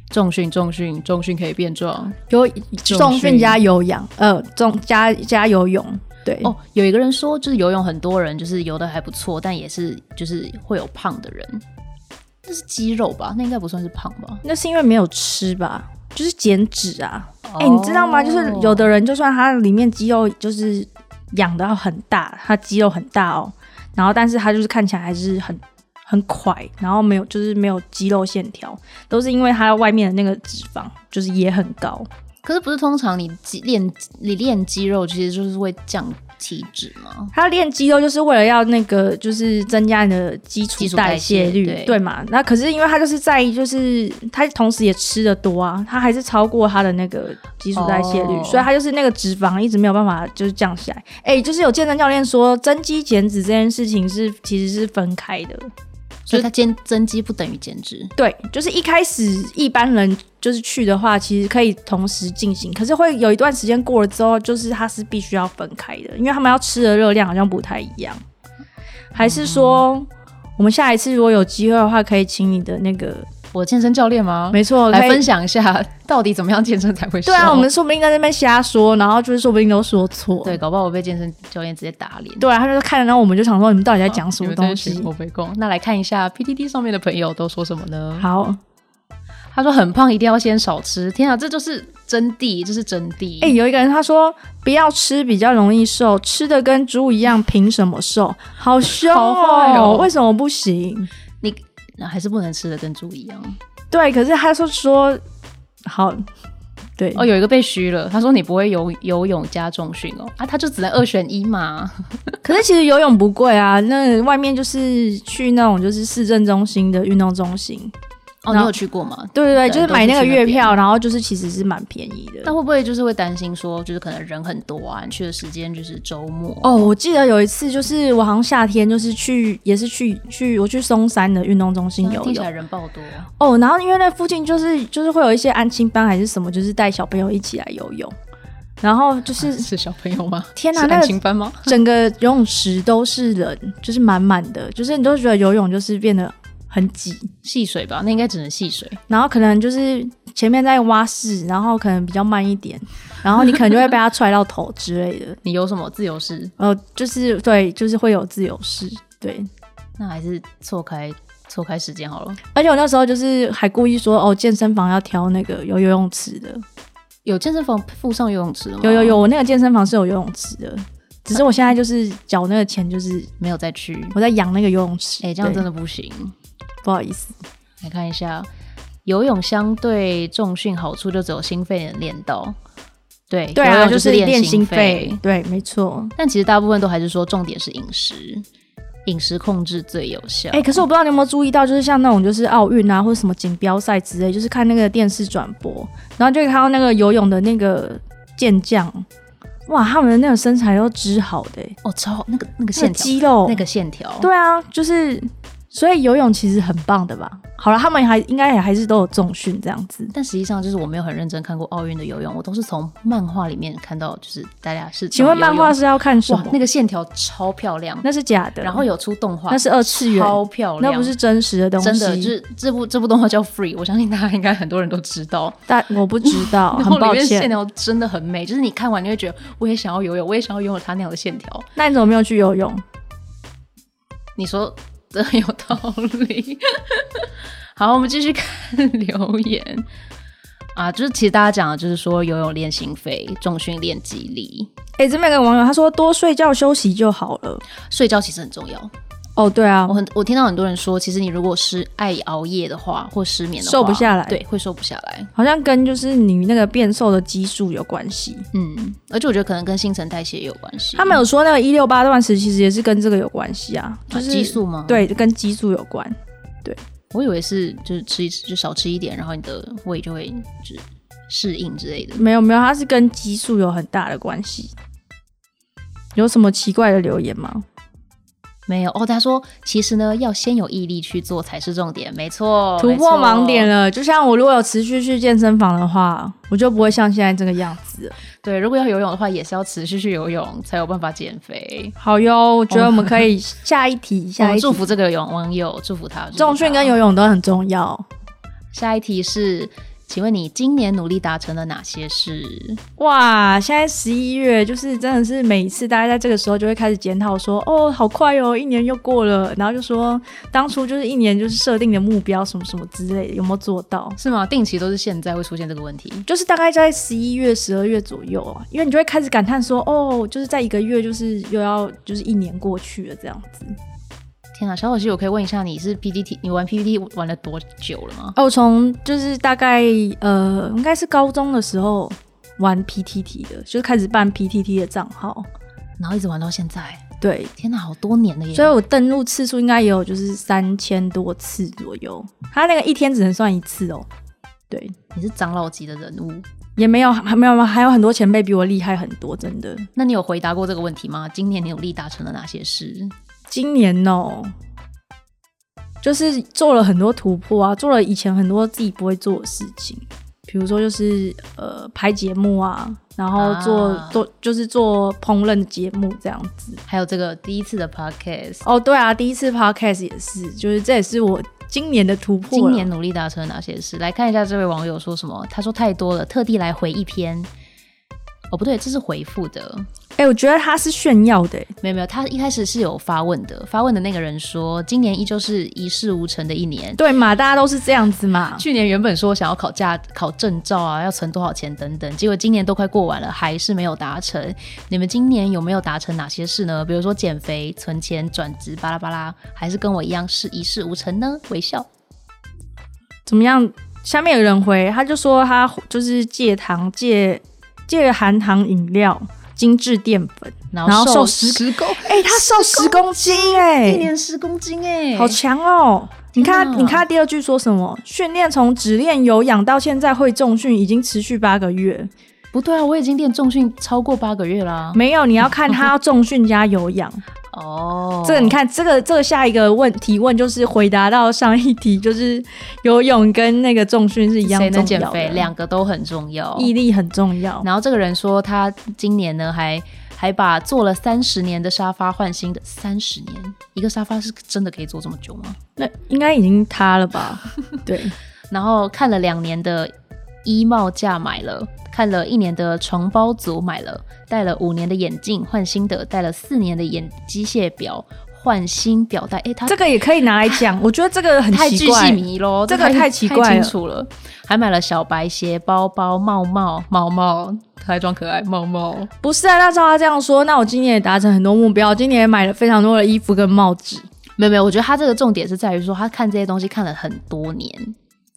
A: 重训重训重训可以变壮。
B: 有
A: 训
B: 重训加有氧，呃，重加加游泳，对，
A: 哦，有一个人说就是游泳，很多人就是游的还不错，但也是就是会有胖的人。那是肌肉吧？那应该不算是胖吧？
B: 那是因为没有吃吧，就是减脂啊。哎、你知道吗？就是有
A: 哦
B: 的人就算他里面肌肉就是养到很大，他肌肉很大哦，然后但是他就是看起来还是很很块，然后没有就是没有肌肉线条，都是因为他外面的那个脂肪就是也很高。
A: 可是不是通常你肌练你练肌肉，其实就是会降体脂吗？
B: 他练肌肉就是为了要那个，就是增加你的基础
A: 基础
B: 代
A: 代谢
B: 谢率，
A: 对
B: 嘛？那可是因为他就是在意，就是他同时也吃的多啊，他还是超过他的那个基础代谢率，
A: 哦
B: 所以他就是那个脂肪一直没有办法就是降下来。哎、就是有健身教练说，增肌减脂这件事情是其实是分开的，
A: 所以它减增肌不等于减脂。
B: 对，就是一开始一般人就是去的话，其实可以同时进行，可是会有一段时间过了之后，就是它是必须要分开的，因为他们要吃的热量好像不太一样。还
A: 哦
B: 是说，我们下一次如果有机会的话，可以请你的那个，
A: 我健身教练吗？
B: 没错，可
A: 来
B: 以
A: 分享一下到底怎么样健身才会瘦
B: 对啊，我们说不定在那边瞎说，然后就是说不定都说错。
A: 对，搞不好我被健身教练直接打脸。
B: 对啊，他就是看了，然后我们就想说你们到底在讲什
A: 你
B: 么
A: 们真
B: 东
A: 的
B: 西
A: 是？我被控。那来看一下 PTT 上面的朋友都说什么呢？
B: 好，
A: 他说很胖一定要先少吃。天啊，这就是真谛，这是真谛。
B: 哎、有一个人他说不要吃比较容易瘦，吃的跟猪一样，凭什么瘦？好凶
A: 好坏
B: 哦
A: 哦
B: 为什么不行？
A: 你那还是不能吃的跟猪一样。
B: 对，可是他说说好，对，
A: 哦，有一个被虚了，他说你不会游游泳加重训哦，啊，他就只能二选一嘛。
B: 可是其实游泳不贵啊，那外面就是去那种就是市政中心的运动中心，
A: 哦，
B: 然
A: 你
B: 后
A: 有去过吗？
B: 对对对，
A: 对
B: 就是买那个
A: 都是去那
B: 月
A: 边哦
B: 票，然后就是其实是蛮便宜的
A: 那。会不会就是会担心说，就是可能人很多啊，你去的时间就是周末
B: 哦，我记得有一次，就是我好像夏天就是去，也是去去我去松山的运动中心
A: 那
B: 游
A: 听起
B: 泳
A: 来，人爆多。
B: 哦，然后因为那附近就是就是会有一些安亲班还是什么，就是带小朋友一起来游泳，然后就是
A: 是小朋友吗？
B: 天哪
A: 啊是
B: 那
A: 安
B: 个
A: 亲班吗？
B: 整个游泳池都是人，就是满满的，就是你都觉得游泳就是变得很挤，
A: 戏水吧，那应该只能戏水。
B: 然后可能就是前面在蛙式，然后可能比较慢一点，然后你可能就会被他踹到头之类的，
A: 你有什么自由式？
B: 呃，就是对，就是会有自由式，对，
A: 那还是错开错开时间好了。
B: 而且我那时候就是还故意说哦，健身房要挑那个有游泳池的，
A: 有健身房附上游泳池的吗？
B: 有有有，，我那个健身房是有游泳池的，只是我现在就是缴那个钱，就是
A: 没有再去。
B: 我在养那个游泳池。
A: 哎、这样
B: 对
A: 真的不行。
B: 不好意思。
A: 来看一下，游泳相对重训好处就只有心肺能练到。对，
B: 对
A: 游
B: 啊，
A: 泳
B: 就是
A: 是
B: 练
A: 心
B: 肺。。对，没错。
A: 但其实大部分都还是说重点是饮食，饮食控制最有效。
B: 哎、可是我不知道你有没有注意到，就是像那种就是奥运啊，或者什么锦标赛之类，就是看那个电视转播，然后就会看到那个游泳的那个健将，哇，他们的那个身材都织好的、欸，
A: 哦，超那个那个
B: 那
A: 线
B: 个
A: 条，
B: 肌肉，
A: 那个线条，
B: 对啊，就是所以游泳其实很棒的吧。好了，他们还应该也还是都有重训这样子。
A: 但实际上就是我没有很认真看过奥运的游泳，我都是从漫画里面看到，就是大家是
B: 请问
A: 怎么
B: 漫
A: 游
B: 画
A: 泳
B: 是要看什么
A: 哇？，那个线条超漂亮，
B: 那是假的，
A: 然后有出动画，
B: 那是二次元，
A: 超漂亮，
B: 那不是真实的东西。
A: 真的，就是这部这部动画叫《Free》，我相信大家应该很多人都知道。
B: 但我不知 道，
A: 然后里
B: 哦很抱
A: 面线
B: 歉。
A: 条真的很美，就是你看完你会觉得我也想要游泳，我也想要拥有它那样的线条。
B: 那你怎么没有去游泳？
A: 你说的很有 道理。好，我们继续看留言。啊，就是其实大家讲的就是说游泳练心肺，重训练肌力，
B: 哎、这边有个网友他说多睡觉休息就好了。
A: 睡觉其实很重要。
B: 哦，对啊
A: 我，很我听到很多人说，其实你如果是爱熬夜的话，或失眠的话，
B: 瘦不下来
A: 对，会瘦不下来。
B: 好像跟就是你那个变瘦的激素有关系。
A: 嗯，而且我觉得可能跟新陈代谢也有关系。
B: 他们有说那个一六八断食其实也是跟这个有关系啊，就
A: 啊
B: 是、
A: 激素吗？，
B: 对，跟激素有关。
A: 我以为是就是吃一吃就少吃一点，然后你的胃就会就是适应之类的。
B: 没有没有，它是跟激素有很大的关系。有什么奇怪的留言吗？
A: 没有哦，他说其实呢，要先有毅力去做才是重点，没哦错，
B: 突破盲点
A: 了。
B: 了，就像我如果有持续去健身房的话，我就不会像现在这个样子了。
A: 对，如果要游泳的话，也是要持续去游泳才有办法减肥。
B: 好哟，我觉得我们可以下一题，
A: 哦我
B: 下
A: 们
B: 一
A: 祝
B: 题。
A: 福这个泳网友，祝福他。祝福
B: 重训
A: 他
B: 跟游泳都很重要。
A: 下一题是，请问你今年努力达成了哪些事？
B: 哇，现在十一月，就是真的是每一次大家在这个时候就会开始检讨说，哦，好快哦，一年又过了，然后就说当初就是一年就是设定的目标什么什么之类的，有没有做到？
A: 是吗？定期都是现在会出现这个问题。
B: 就是大概在十一月、十二月左右啊，因为你就会开始感叹说，哦，就是在一个月，就是又要就是一年过去了这样子。
A: 天啊，小老师，我可以问一下，你是 PPT，你玩 PPT 玩了多久了吗？
B: 哦，我从就是大概呃，应该是高中的时候玩 PTT 的，就是开始办 PTT 的账号，
A: 然后一直玩到现在，
B: 对，
A: 天啊哪，好多年了耶！
B: 所以我登录次数应该也有就是三千多次左右。他那个一天只能算一次哦，对，
A: 你是长老级的人物，
B: 也没有还没有还有很多前辈比我厉害很多，真的。
A: 那你有回答过这个问题吗？今年你努力达成了哪些事？
B: 今年哦、就是做了很多突破啊，做了以前很多自己不会做的事情，比如说就是呃拍节目啊，然后做、
A: 啊
B: 做就是做烹饪节目这样子。
A: 还有这个第一次的 Podcast，
B: 哦，对啊，第一次 podcast 也是，就是这也是我今年的突破了。
A: 今年哦努力达成了哪些事？来看一下这位网友说什么，他说太多了，特地来回一篇。哦，不对，这是回复的，
B: 哎、我觉得他是炫耀的、
A: 没有没有，他一开始是有发问的，发问的那个人说，今年依旧是一事无成的一年。
B: 对嘛？大家都是这样子嘛。
A: 去年原本说想要考驾、考证照啊，要存多少钱等等，结果今年都快过完了，还是没有达成。你们今年有没有达成哪些事呢？比如说减肥、存钱、转职，巴拉巴拉，还是跟我一样是一事无成呢？微笑。
B: 怎么样？下面有人回，他就说他就是戒糖、戒戒含糖饮料、精致淀粉，
A: 然
B: 然
A: 后
B: 后
A: 瘦
B: 瘦十
A: 十公，
B: 哎、他瘦十公斤哎、
A: 一年欸十公斤哎、
B: 好强哦！你
A: 天
B: 看他，
A: 哪
B: 你看他第二句说什么？训练从只练有氧到现在会重训，已经持续八个月。
A: 不对啊，我已经练重训超过八个月啦。
B: 没有，你要看他要重训加 有氧。
A: 哦，
B: 这个你看，这个这个下一个问提问就是回答到上一题，就是游泳跟那个重训是一样
A: 谁
B: 重
A: 能
B: 要的。
A: 减肥，两个都很重要。
B: 毅力很重要。
A: 然后这个人说，他今年呢还还把坐了三十年的沙发换新的，三十年一个沙发是真的可以坐这么久吗？
B: 那应该已经塌 了吧？对，
A: 然后看了两年的衣帽架买了，看了一年的床包组买了，戴了五年的眼镜换新的，戴了四年的眼机械表换新表带。诶，他
B: 这个也可以拿来讲。我觉得这个很
A: 太
B: 奇
A: 巨细
B: 怪。
A: 迷咯，
B: 这个太奇怪了
A: 清楚了。还买了小白鞋、包包、帽帽、毛毛，还装可爱帽帽。
B: 不是啊，那照他这样说，那我今年也达成很多目标，今年也买了非常多的衣服跟帽子。
A: 没有没有，我觉得他这个重点是在于说，他看这些东西看了很多年，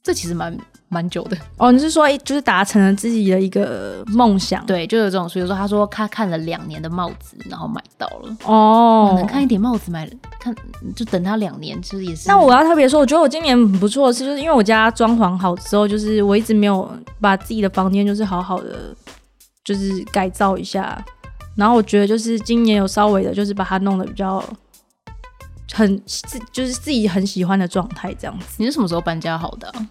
A: 这其实蛮蛮久的。
B: 哦，你是说就是达成了自己的一个梦想？，
A: 对，就有这种，所以说他说他看了两年的帽子，然后买到了。
B: 哦，
A: 能看一点帽子买了，看就等他两年，其实也是。
B: 那我要特别说，我觉得我今年很不错的是，就是因为我家装潢好之后，就是我一直没有把自己的房间就是好好的，就是改造一下。然后我觉得就是今年有稍微的，就是把它弄得比较很自，就是自己很喜欢的状态这样子。
A: 你是什么时候搬家好的啊、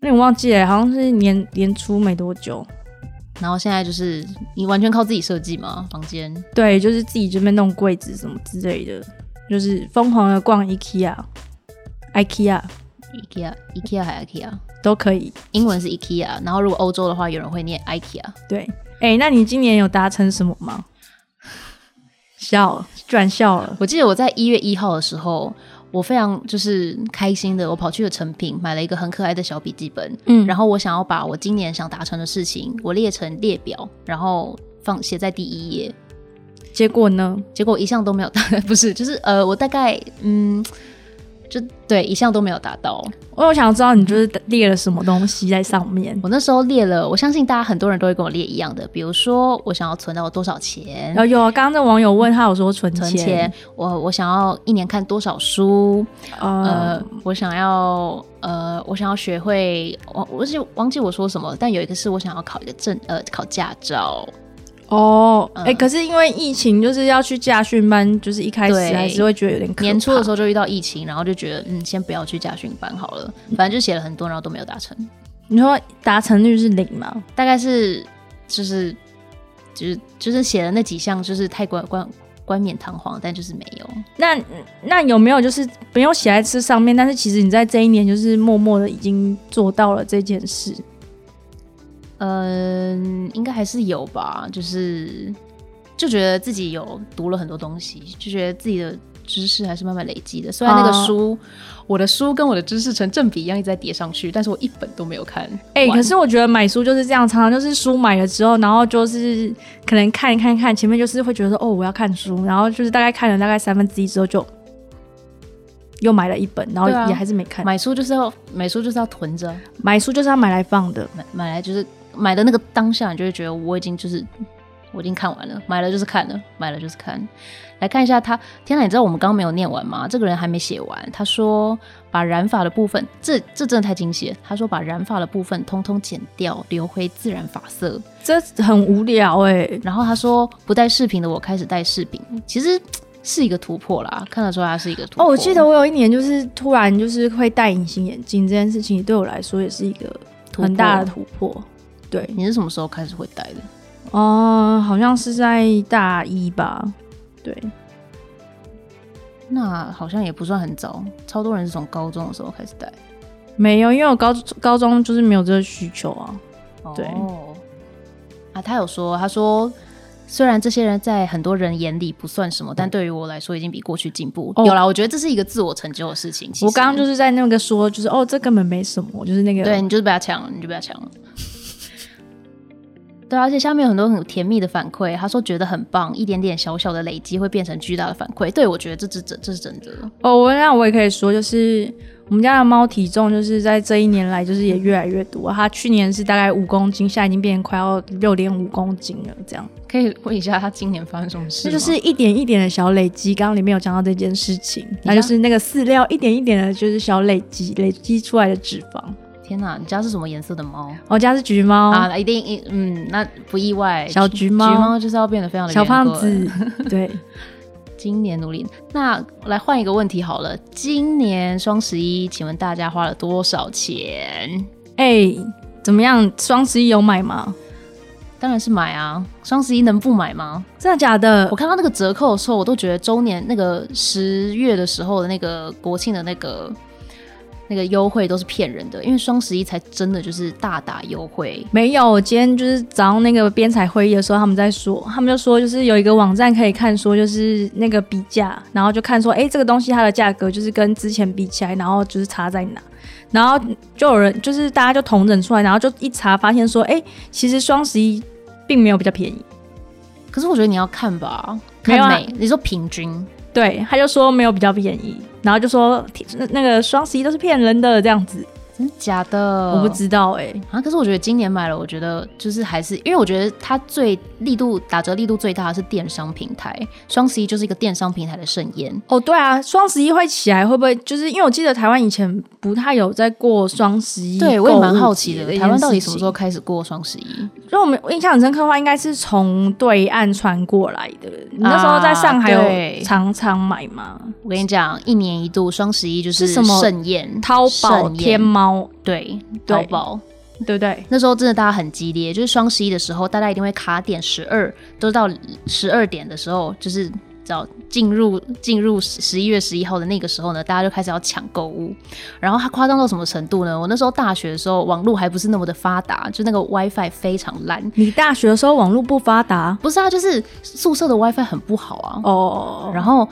B: 那我忘记了，好像是年年初没多久，
A: 然后现在就是你完全靠自己设计吗？房间？
B: 对，就是自己这边弄柜子什么之类的，就是疯狂的逛 IKEA、IKEA
A: IKEA、IKEA 还 IKEA，
B: 都可以。
A: 英文是 IKEA，然后如果欧洲的话，有人会念 IKEA。
B: 对，哎、那你今年有达成什么 吗？笑，居然笑了。
A: 我记得我在一月一号的时候，我非常就是开心的，我跑去了成品买了一个很可爱的小笔记本，
B: 嗯
A: 然后我想要把我今年想达成的事情，我列成列表，然后放写在第一页。
B: 结果呢？
A: 结果一项都没有达， 不是，就是呃，我大概嗯，就对一项都没有达到。
B: 我有想知道你就是列了什么东西在上面，
A: 我那时候列了，我相信大家很多人都会跟我列一样的，比如说我想要存到多少钱
B: 然，后有啊刚刚那网友问他有说存
A: 存钱，我我想要一年看多少书，
B: 呃
A: 呃，我想要呃，我想要学会，我我是忘记我说什么，但有一个是我想要考一个证，呃，考驾照，
B: 哦，哎、
A: 嗯
B: 可是因为疫情就是要去驾训班，就是一开始
A: 对
B: 还是会觉得有点可怕
A: 年初的时
B: 候，
A: 候就遇到疫情，然后就觉得嗯，先不要去驾训班好了，
B: 嗯
A: 反正就写了很多，然后都没有达成，
B: 你说达成率是零吗？
A: 大概是就是就是就是写的那几项就是太冠冠冠冕堂皇，但就是没有。
B: 那那有没有就是没有写在这上面，但是其实你在这一年就是默默的已经做到了这件事？
A: 嗯，应该还是有吧，就是就觉得自己有读了很多东西，就觉得自己的知识还是慢慢累积的。虽然那个
B: 哦
A: 书，我的书跟我的知识成正比一样一直在叠上去，但是我一本都没有看完。
B: 哎、可是我觉得买书就是这样，常常就是书买了之后，然后就是可能看一看看，前面就是会觉得说哦，我要看书，然后就是大概看了大概三分之一之后就又买了一本，然后
A: 对啊
B: 也还是没看。买
A: 买书就是要买书就是要囤着，
B: 买书就是要买来放的，
A: 买买来就是买的那个当下，你就会觉得我已经就是我已经看完了，买了就是看了，买了就是看。来看一下他，天哪！你知道我们刚刚没有念完吗？这个人还没写完，他说把染发的部分，这 这真的太惊喜了。他说把染发的部分通通剪掉，留回自然发色。
B: 这很无聊哎、
A: 然后他说不戴饰品的我开始戴饰品，其实嘖是一个突破啦，看得出来他是一个突破。
B: 哦，我记得我有一年就是突然就是会戴隐形眼镜这件事情，对我来说也是一个
A: 突破
B: 很大的突破。对，
A: 你是什么时候开始会戴的？
B: 哦、好像是在大一吧。对，
A: 那好像也不算很早，超多人是从高中的时候开始戴。
B: 没有，因为我高高中就是没有这个需求啊。对
A: 哦啊，他有说，他说虽然这些人在很多人眼里不算什么，但对于我来说已经比过去进步、
B: 哦
A: 有啦，我觉得这是一个自我成就的事情。其实
B: 我刚刚就是在那个说，就是哦，这根本没什么，就是那个
A: 对，你就是被他抢了，你就被他抢了。 对啊，而且下面有很多很甜蜜的反馈，他说觉得很棒，一点点小小的累积会变成巨大的反馈。对，我觉得这是真，这是真的。
B: 哦，我那我也可以说，就是我们家的猫体重就是在这一年来就是也越来越多，它去年是大概五公斤，现在已经变成快要六点五公斤了，这样，
A: 可以问一下他今年发生什么事
B: 这
A: 吗？
B: 就是一点一点的小累积。刚刚里面有讲到这件事情，那就是那个饲料一点一点的，就是小累积累积出来的脂肪。
A: 天哪，你家是什么颜色的猫、
B: 我家是橘猫，
A: 啊？一定一嗯，那不意外。
B: 小
A: 橘
B: 橘猫，
A: 猫就是要变得非常的
B: 小胖
A: 圆滚
B: 子， 对。
A: 今年努力，那来换一个问题好了。今年双十一，请问大家花了多少钱？
B: 哎、怎么样？双十一有买吗？
A: 当然是买啊！双十一能不买吗？
B: 真的假的？
A: 我看到那个折扣的时候，我都觉得周年那个十月的时候的那个国庆的那个那个优惠都是骗人的，因为双十一才真的就是大打优惠。
B: 没有，我今天就是早上那个编采会议的时候，他们在说，他们就说就是有一个网站可以看，说就是那个比价，然后就看说，哎、这个东西它的价格就是跟之前比起来，然后就是差在哪，然后就有人就是大家就同整出来，然后就一查发现说，哎、其实双十一并没有比较便宜，
A: 可是我觉得你要看吧，
B: 没有
A: 看
B: 啊
A: 美，你说平均，
B: 对，他就说没有比较便宜，然后就说那那个双十一都是骗人的这样子，
A: 真的假的？
B: 我不知道哎、
A: 啊，可是我觉得今年买了，我觉得就是还是因为我觉得它最力度打折力度最大的是电商平台，双十一就是一个电商平台的盛宴。
B: 哦，对啊，双十一会起来会不会就是因为我记得台湾以前不太有在过双十一，
A: 对，我也蛮好奇的，台湾到底什么时候
B: 开？
A: 开始过双十一？
B: 就我们我印象很深刻的话，应该是从对岸传过来的。你那时候在上海
A: 啊对
B: 有常常买吗？
A: 我跟你讲，一年一度双十一就是
B: 是什么
A: 盛宴，
B: 淘宝、
A: 盛宴
B: 天猫，
A: 对
B: 对
A: 淘宝。
B: 对不对？
A: 那时候真的大家很激烈，就是双十一的时候，大家一定会卡点十二，都到十二点的时候，就是找进入进入十一月十一号的那个时候呢，大家就开始要抢购物。然后它夸张到什么程度呢？我那时候大学的时候，网络还不是那么的发达，就那个 WiFi 非常烂。
B: 你大学的时候网络不发达
A: 不是啊，就是宿舍的 WiFi 很不好啊。
B: 哦，
A: 然后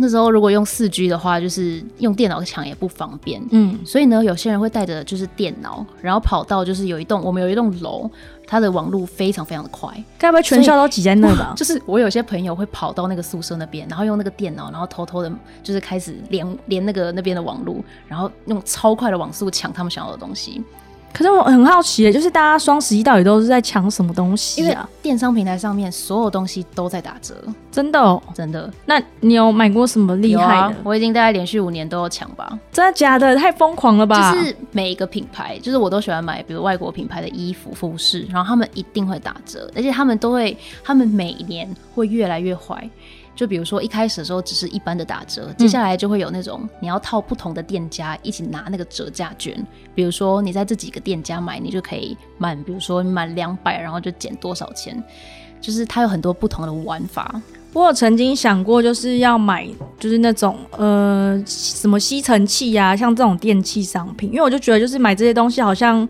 A: 那时候如果用四 G 的话，就是用电脑抢也不方便，
B: 嗯，
A: 所以呢，有些人会带着就是电脑，然后跑到就是有一栋我们有一栋楼，它的网路非常非常的快，
B: 该不会全校都挤在那吧？
A: 就是我有些朋友会跑到那个宿舍那边，然后用那个电脑，然后偷偷的，就是开始连连那个那边的网路，然后用超快的网速抢他们想要的东 西。
B: 可是我很好奇耶，就是大家双十一到底都是在抢什么东西
A: 因为
B: 啊？
A: 电商平台上面所有东西都在打折，
B: 真的哦？
A: 真的
B: 那你有买过什么厉
A: 有
B: 害
A: 啊
B: 的？！
A: 我已经大概连续五年都有抢吧，
B: 真的假的？太疯狂了吧！
A: 就是每一个品牌，就是我都喜欢买，比如外国品牌的衣服、服饰，然后他们一定会打折，而且他们都会，他们每年会越来越坏。就比如说一开始的时候只是一般的打折，接下来就会有那种你要套不同的店家一起拿那个折价券，比如说你在这几个店家买，你就可以满，比如说你满两百，然后就减多少钱，就是它有很多不同的玩法。
B: 我有曾经想过，就是要买，就是那种呃什么吸尘器呀、像这种电器商品，因为我就觉得，就是买这些东西好像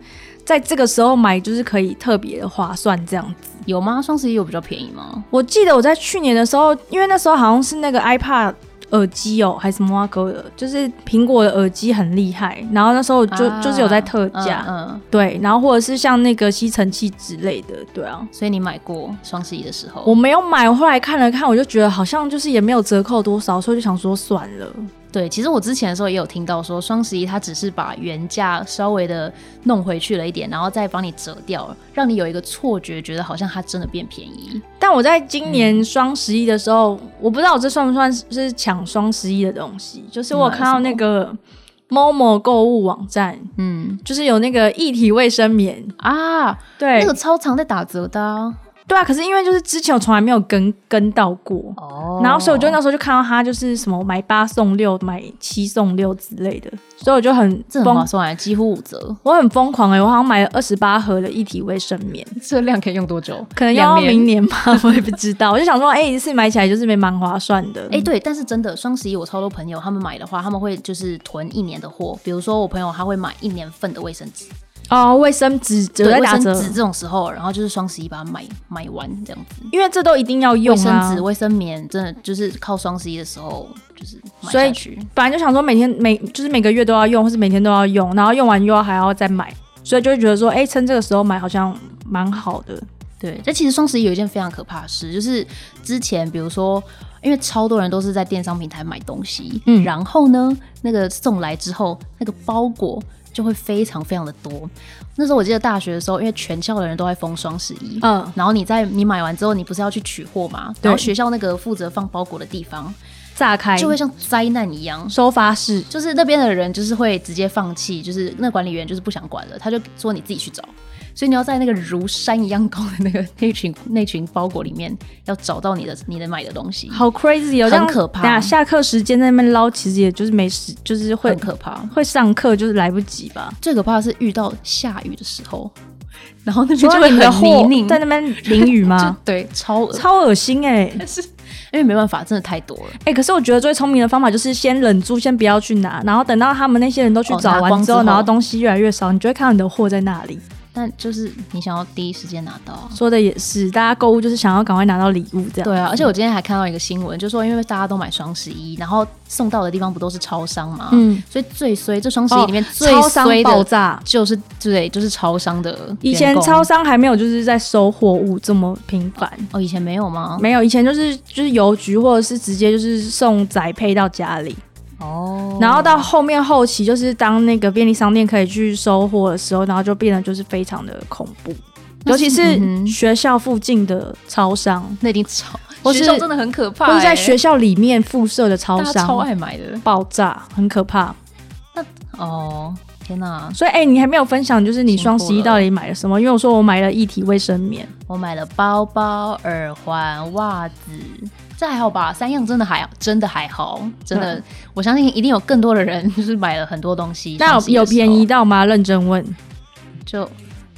B: 在这个时候买，就是可以特别划算这样子。
A: 有吗？双十一有比较便宜吗？
B: 我记得我在去年的时候，因为那时候好像是 那个 iPad 耳机哦、还是什么挖沟的，就是苹果的耳机很厉害，然后那时候就、
A: 啊
B: 就是有在特价，
A: 嗯嗯，
B: 对，然后或者是像那个吸尘器之类的，对啊。
A: 所以你买过双十一的时候，
B: 我没有买，我后来看了看，我就觉得好像就是也没有折扣多少，所以就想说算了。
A: 对，其实我之前的时候也有听到说，双十一它只是把原价稍微的弄回去了一点，然后再帮你折掉，让你有一个错觉，觉得好像它真的变便宜。
B: 但我在今
A: 嗯
B: 年双十一的时候，我不知道我这算不算是抢双十一的东西，就是我有看到那个 Momo 购物网站，
A: 嗯
B: 就是有那个一体卫生棉，
A: 啊，
B: 对
A: 那个超常在打折的啊、
B: 对啊，可是因为就是之前我从来没有跟跟到过。
A: 哦
B: 然后，所以我就那时候就看到它就是什么买八送六、买七送六之类的，所以我就很
A: 这很划
B: 疯，
A: 算，啊几乎五折。
B: 我很疯狂哎、我好像买了二十八盒的一体卫生棉，
A: 这量可以用多久？
B: 可能要啊
A: 两
B: 到明。年吧，我也不知道。我就想说，哎、一次买起来就是没蛮划算的。
A: 哎、对，但是真的双十一，我超多朋友他们买的话，他们会就是囤一年的货。比如说我朋友他会买一年份的卫生纸，
B: 哦，卫生纸有
A: 对
B: 在
A: 卫
B: 打
A: 生
B: 折，
A: 纸这种时候，然后就是双十一把它买买完这样子。
B: 因为这都一定要用
A: 卫生
B: 啊
A: 纸、。卫生棉，真的就是靠双十一的时候就是买
B: 所以
A: 下去。
B: 本来就想说每天每就是每个月都要用，或是每天都要用，然后用完又要还要再买，所以就会觉得说，哎、趁这个时候买好像蛮好的。
A: 对，但其实双十一有一件非常可怕的事，就是之前比如说，因为超多人都是在电商平台买东西，
B: 嗯
A: 然后呢，那个送来之后，那个包裹就会非常非常的多。那时候我记得大学的时候，因为全校的人都在封双十一，
B: 嗯，
A: 然后你在你买完之后，你不是要去取货嘛？
B: 对哎
A: 然后学校那个负责放包裹的地方，
B: 炸开
A: 就会像灾难一样，
B: 收发室，
A: 就是那边的人就是会直接放弃，就是那管理员就是不想管了，他就说你自己去找。所以你要在那个如山一样高的那个那群那群包裹里面，要找到你的你的买的东 西，
B: 好 crazy 哦，
A: 很
B: 这样
A: 可怕
B: 等下下课时间在那边捞，其实也就是没时，就是会
A: 很可怕。
B: 会上课就是来不及吧。
A: 最可怕的是遇到下雨的时候，然后那边
B: 就
A: 就会
B: 你的
A: 很泥
B: 货
A: 泞，
B: 在那边淋雨
A: 就
B: 吗？
A: 对，超恶，
B: 超恶心哎、
A: 因为没办法，真的太多了。
B: 哎、可是我觉得最聪明的方法就是先忍住，先不要去拿，然后等到他们那些人都去
A: 哦
B: 找
A: 拿
B: 完
A: 光
B: 之后，
A: 之后
B: 然后东西越来越少，你就会看到你的货在那里。
A: 但就是你想要第一时间拿到啊，
B: 说的也是，大家购物就是想要赶快拿到礼物这样。哦
A: 对啊，而且我今天还看到一个新闻，就说因为大家都买双十一，然后送到的地方不都是超商嘛，
B: 嗯，
A: 所以最衰这双十一里面最
B: 超商
A: 衰
B: 爆
A: 的
B: 炸。
A: 就是对，就是超商的员工。
B: 以前超商还没有就是在收货物这么频繁，
A: 哦，以前没有吗？
B: 没有，以前就是就是邮局或者是直接就是送宅配到家里，
A: 哦
B: 然后到后面后期就是当那个便利商店可以去收货的时候，然后就变得就是非常的恐怖，
A: 那
B: 尤
A: 是
B: 其是
A: 嗯哼
B: 学校附近的超商。
A: 那一定超，
B: 或是
A: 学校真的很可怕、
B: 或者在
A: 欸
B: 学校里面附设的超
A: 大家超
B: 商
A: 爱买的
B: 爆炸，很可怕。
A: 哦，天哪！
B: 所以，哎、你还没有分享，就是你
A: 辛苦
B: 双
A: 了
B: 十一到底买了什么？因为我说我买了一体卫生棉，
A: 我买了包包、耳环、袜子，这还好吧？三样真的还好，真的还好，真
B: 嗯
A: 的，我相信一定有更多的人 就是买了很多东西。
B: 那
A: 双十一
B: 有有
A: 的时候
B: 便宜到吗？认真问。
A: 就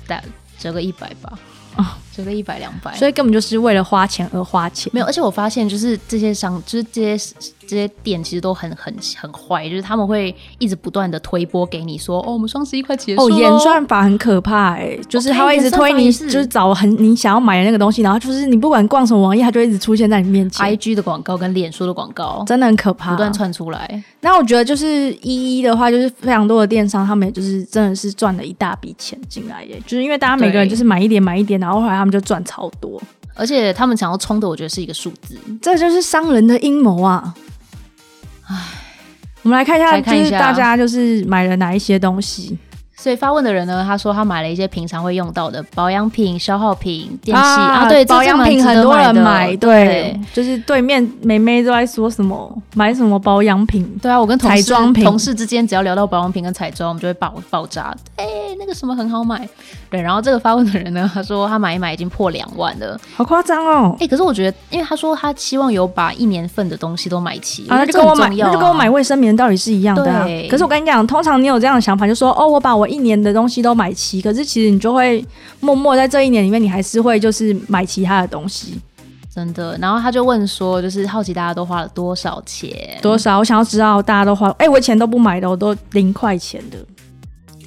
A: 打折个一百吧，
B: 哦
A: 折个一百两百。
B: 所以根本就是为了花钱而花钱，
A: 没有，而且我发现就是这些商，就是这些这些店其实都很很很坏，就是他们会一直不断的推波给你说，哦，我们双十一快结束
B: 哦，
A: 咯
B: 演算法很可怕哎、就是他会一直推
A: 演
B: 你，
A: 算法
B: 就
A: 也是
B: 是找很你想要买的那个东西，然后就是你不管逛什么网页，它就会一直出现在你面前，
A: IG 的广告跟脸书的广告
B: 真的啊很可怕。
A: 不断窜出来，
B: 那我觉得就是一一的话，就是非常多的电商，他们也就是真的是赚了一大笔钱进来耶，就是因为大家每个人
A: 对
B: 就是买一点买一点，然后后来他们就赚超多，
A: 而且他们想要冲的，我觉得是一个数字。
B: 这就是商人的阴谋啊！唉，我们来看一下，
A: 来看一下
B: 就是大家就是买了哪一些东西
A: 所以发问的人呢，他说他买了一些平常会用到的保养品、消耗品、电器啊对，这
B: 保养
A: 这蛮
B: 品
A: 值
B: 很
A: 得
B: 多人
A: 的
B: 买，对
A: 对，
B: 就是对面妹妹都在说什么买什么保养品，
A: 对啊，我跟同事
B: 彩妆品
A: 同事之间只要聊到保养品跟彩妆，我们就会爆爆炸。哎、那个什么很好买。对，然后这个发问的人呢， 他说他买一买已经破两万了。
B: 好夸张哦！
A: 哎、可是我觉得，因为他说他希望有把一年份的东西都买齐，
B: 啊，那
A: 我觉得
B: 就
A: 这
B: 跟我
A: 很
B: 买，
A: 重要
B: 那
A: 啊
B: 就跟我买卫生棉道理是一样的、啊
A: 对。
B: 可是我跟你讲，通常你有这样的想法，就说哦，我把我一年的东西都买齐，可是其实你就会默默在这一年里面，你还是会就是买其他的东西
A: 真的。然后他就问说，就是好奇大家都花了多少钱？
B: 多少。我想要知道大家都花，哎、我以前都不买的，我都零块钱的。哎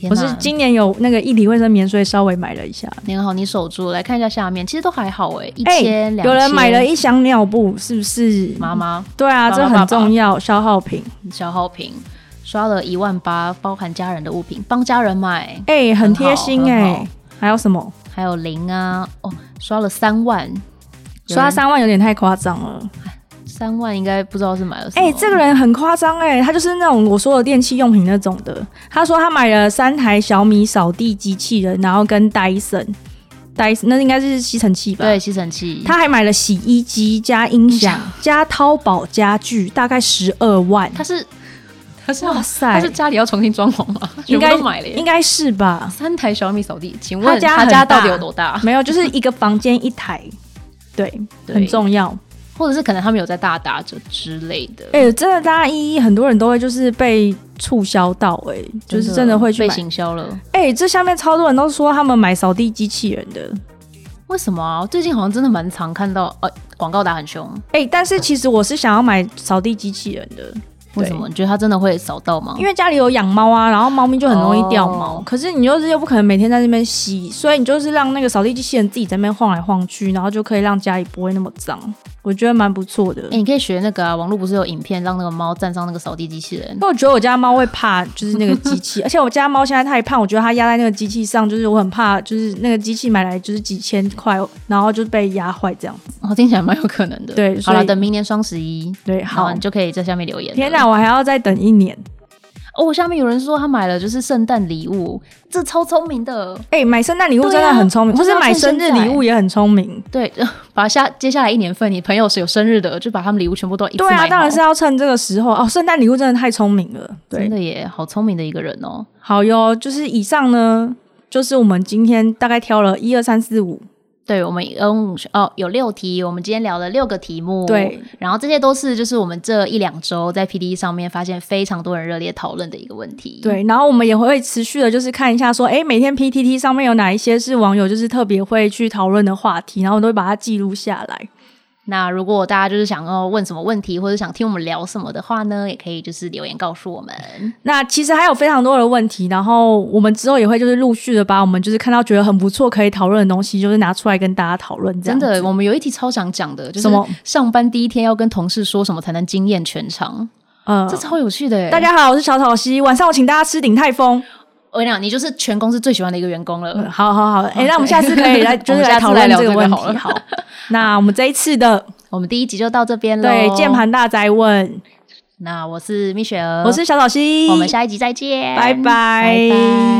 A: 天
B: 我
A: 哪
B: 是今年有那个一体卫生棉，所以稍微买了一下。
A: 你好，你守住，来看一下下面，其实都还好哎、一
B: 哎
A: 千两，
B: 有人买了一箱尿布，是不是？
A: 妈妈
B: 对啊，
A: 爸爸爸
B: 这
A: 爸
B: 很重要，消耗品。
A: 消耗品，刷了一万八，包含家人的物品，帮家人买。
B: 哎、很
A: 很好
B: 贴心
A: 很
B: 哎、
A: 好
B: 还有什么？
A: 还有零啊，哦，刷了三万，有
B: 刷
A: 人
B: 三万有点太夸张了。
A: 三万，应该不知道是买了什么。
B: 哎、这个人很夸张哎，他就是那种我说的电器用品那种的。他说他买了三台小米扫地机器人，然后跟戴森，戴森那应该是吸尘器吧？
A: 对，吸尘器，
B: 啊他还买了洗衣机加音响加淘宝家具，大概十二万。
A: 他是他是
B: 哇
A: 他
B: 塞
A: 是，家里要重新装潢吗？全
B: 应
A: 部
B: 该
A: 都买了
B: 应
A: 耶。
B: 该是吧？
A: 三台小米扫地，请
B: 他
A: 问
B: 家
A: 他
B: 很
A: 家到底
B: 大
A: 有多大？
B: 没有，就是一个房间一台，对，
A: 对
B: 很重要。
A: 或者是可能他们有在大打折之类的，
B: 哎、真的，大家一一很多人都会就是被促销到、哎，就是真的会去
A: 被
B: 买。
A: 行销了。
B: 哎、这下面超多人都说他们买扫地机器人的，
A: 为什么啊？最近好像真的蛮常看到，呃，广告打很凶。
B: 哎、但是其实我是想要买扫地机器人的，
A: 为什么？你觉得他真的会扫到吗？
B: 因为家里有养猫啊，然后猫咪就很容易掉毛，
A: 哦
B: 可是你就是又不可能每天在那边洗，所以你就是让那个扫地机器人自己在那边晃来晃去，然后就可以让家里不会那么脏，我觉得蛮不错的。
A: 哎、你可以学那个啊，网络不是有影片让那个猫站上那个扫地机器人
B: 因，为我觉得我家猫会怕，就是那个机 器，而且我家猫现在太胖，我觉得它压在那个机器上，就是我很怕，就是那个机器买来就是几千块，然后就被压坏这样。
A: 哦，听起来蛮有可能的。
B: 对
A: 好
B: 所
A: 了，
B: 以
A: 等明年双十一，
B: 对，
A: 好，
B: 好
A: 你，就可以在下面留言了。
B: 天哪，我还要再等一年。
A: 哦，下面有人说他买了就是圣诞礼物，这超聪明的。
B: 哎、买圣诞礼物
A: 对啊
B: 真的很聪明，
A: 就
B: 或
A: 是
B: 是
A: 要
B: 买
A: 趁
B: 生日
A: 现在
B: 礼物也很聪明。
A: 对， 呃把下接下来一年份，你朋友是有生日的，就把他们礼物全部都一次
B: 对
A: 买哦
B: 啊，
A: 好
B: 当然是要趁这个时候哦。圣诞礼物真的太聪明了。
A: 真
B: 对，
A: 的耶，好聪明的一个人哦。
B: 好哟，就是以上呢，就是我们今天大概挑了一二三四五，
A: 对我们嗯哦有六题，我们今天聊了六个题目，
B: 对，
A: 然后这些都是就是我们这一两周在 P D E 上面发现非常多人热烈讨论的一个问题，，
B: 对，然后我们也会持续的，就是看一下说，哎，每天 PTT 上面有哪一些是网友就是特别会去讨论的话题，然后我都会把它记录下来。
A: 那如果大家就是想要问什么问题，或者想听我们聊什么的话呢，也可以就是留言告诉我们。
B: 那其实还有非常多的问题，然后我们之后也会就是陆续的把我们就是看到觉得很不错可以讨论的东西，就是拿出来跟大家讨论。这
A: 真
B: 样子
A: 的，我们有一题超想讲的，就是
B: 什么
A: 上班第一天要跟同事说什么才能惊艳全场，
B: 呃
A: 这，超有趣的耶。欸
B: 大家好，我是小草溪，晚上我请大家吃鼎泰丰。
A: 我跟你讲，你就是全公司最喜欢的一个员工了。
B: 嗯好好好，哎、那我们下次可 以来就
A: 我
B: 是
A: 们下
B: 来
A: 次
B: 讨论
A: 来聊
B: 这个
A: 这个
B: 问
A: 好
B: 题。
A: 了
B: 好，那我们这一次的
A: 我们第一集就到这边喽。
B: 对键。盘大灾问，
A: 那我是蜜雪儿，
B: 我是小草溪，
A: 我们下一集再见，
B: 拜拜
A: 拜拜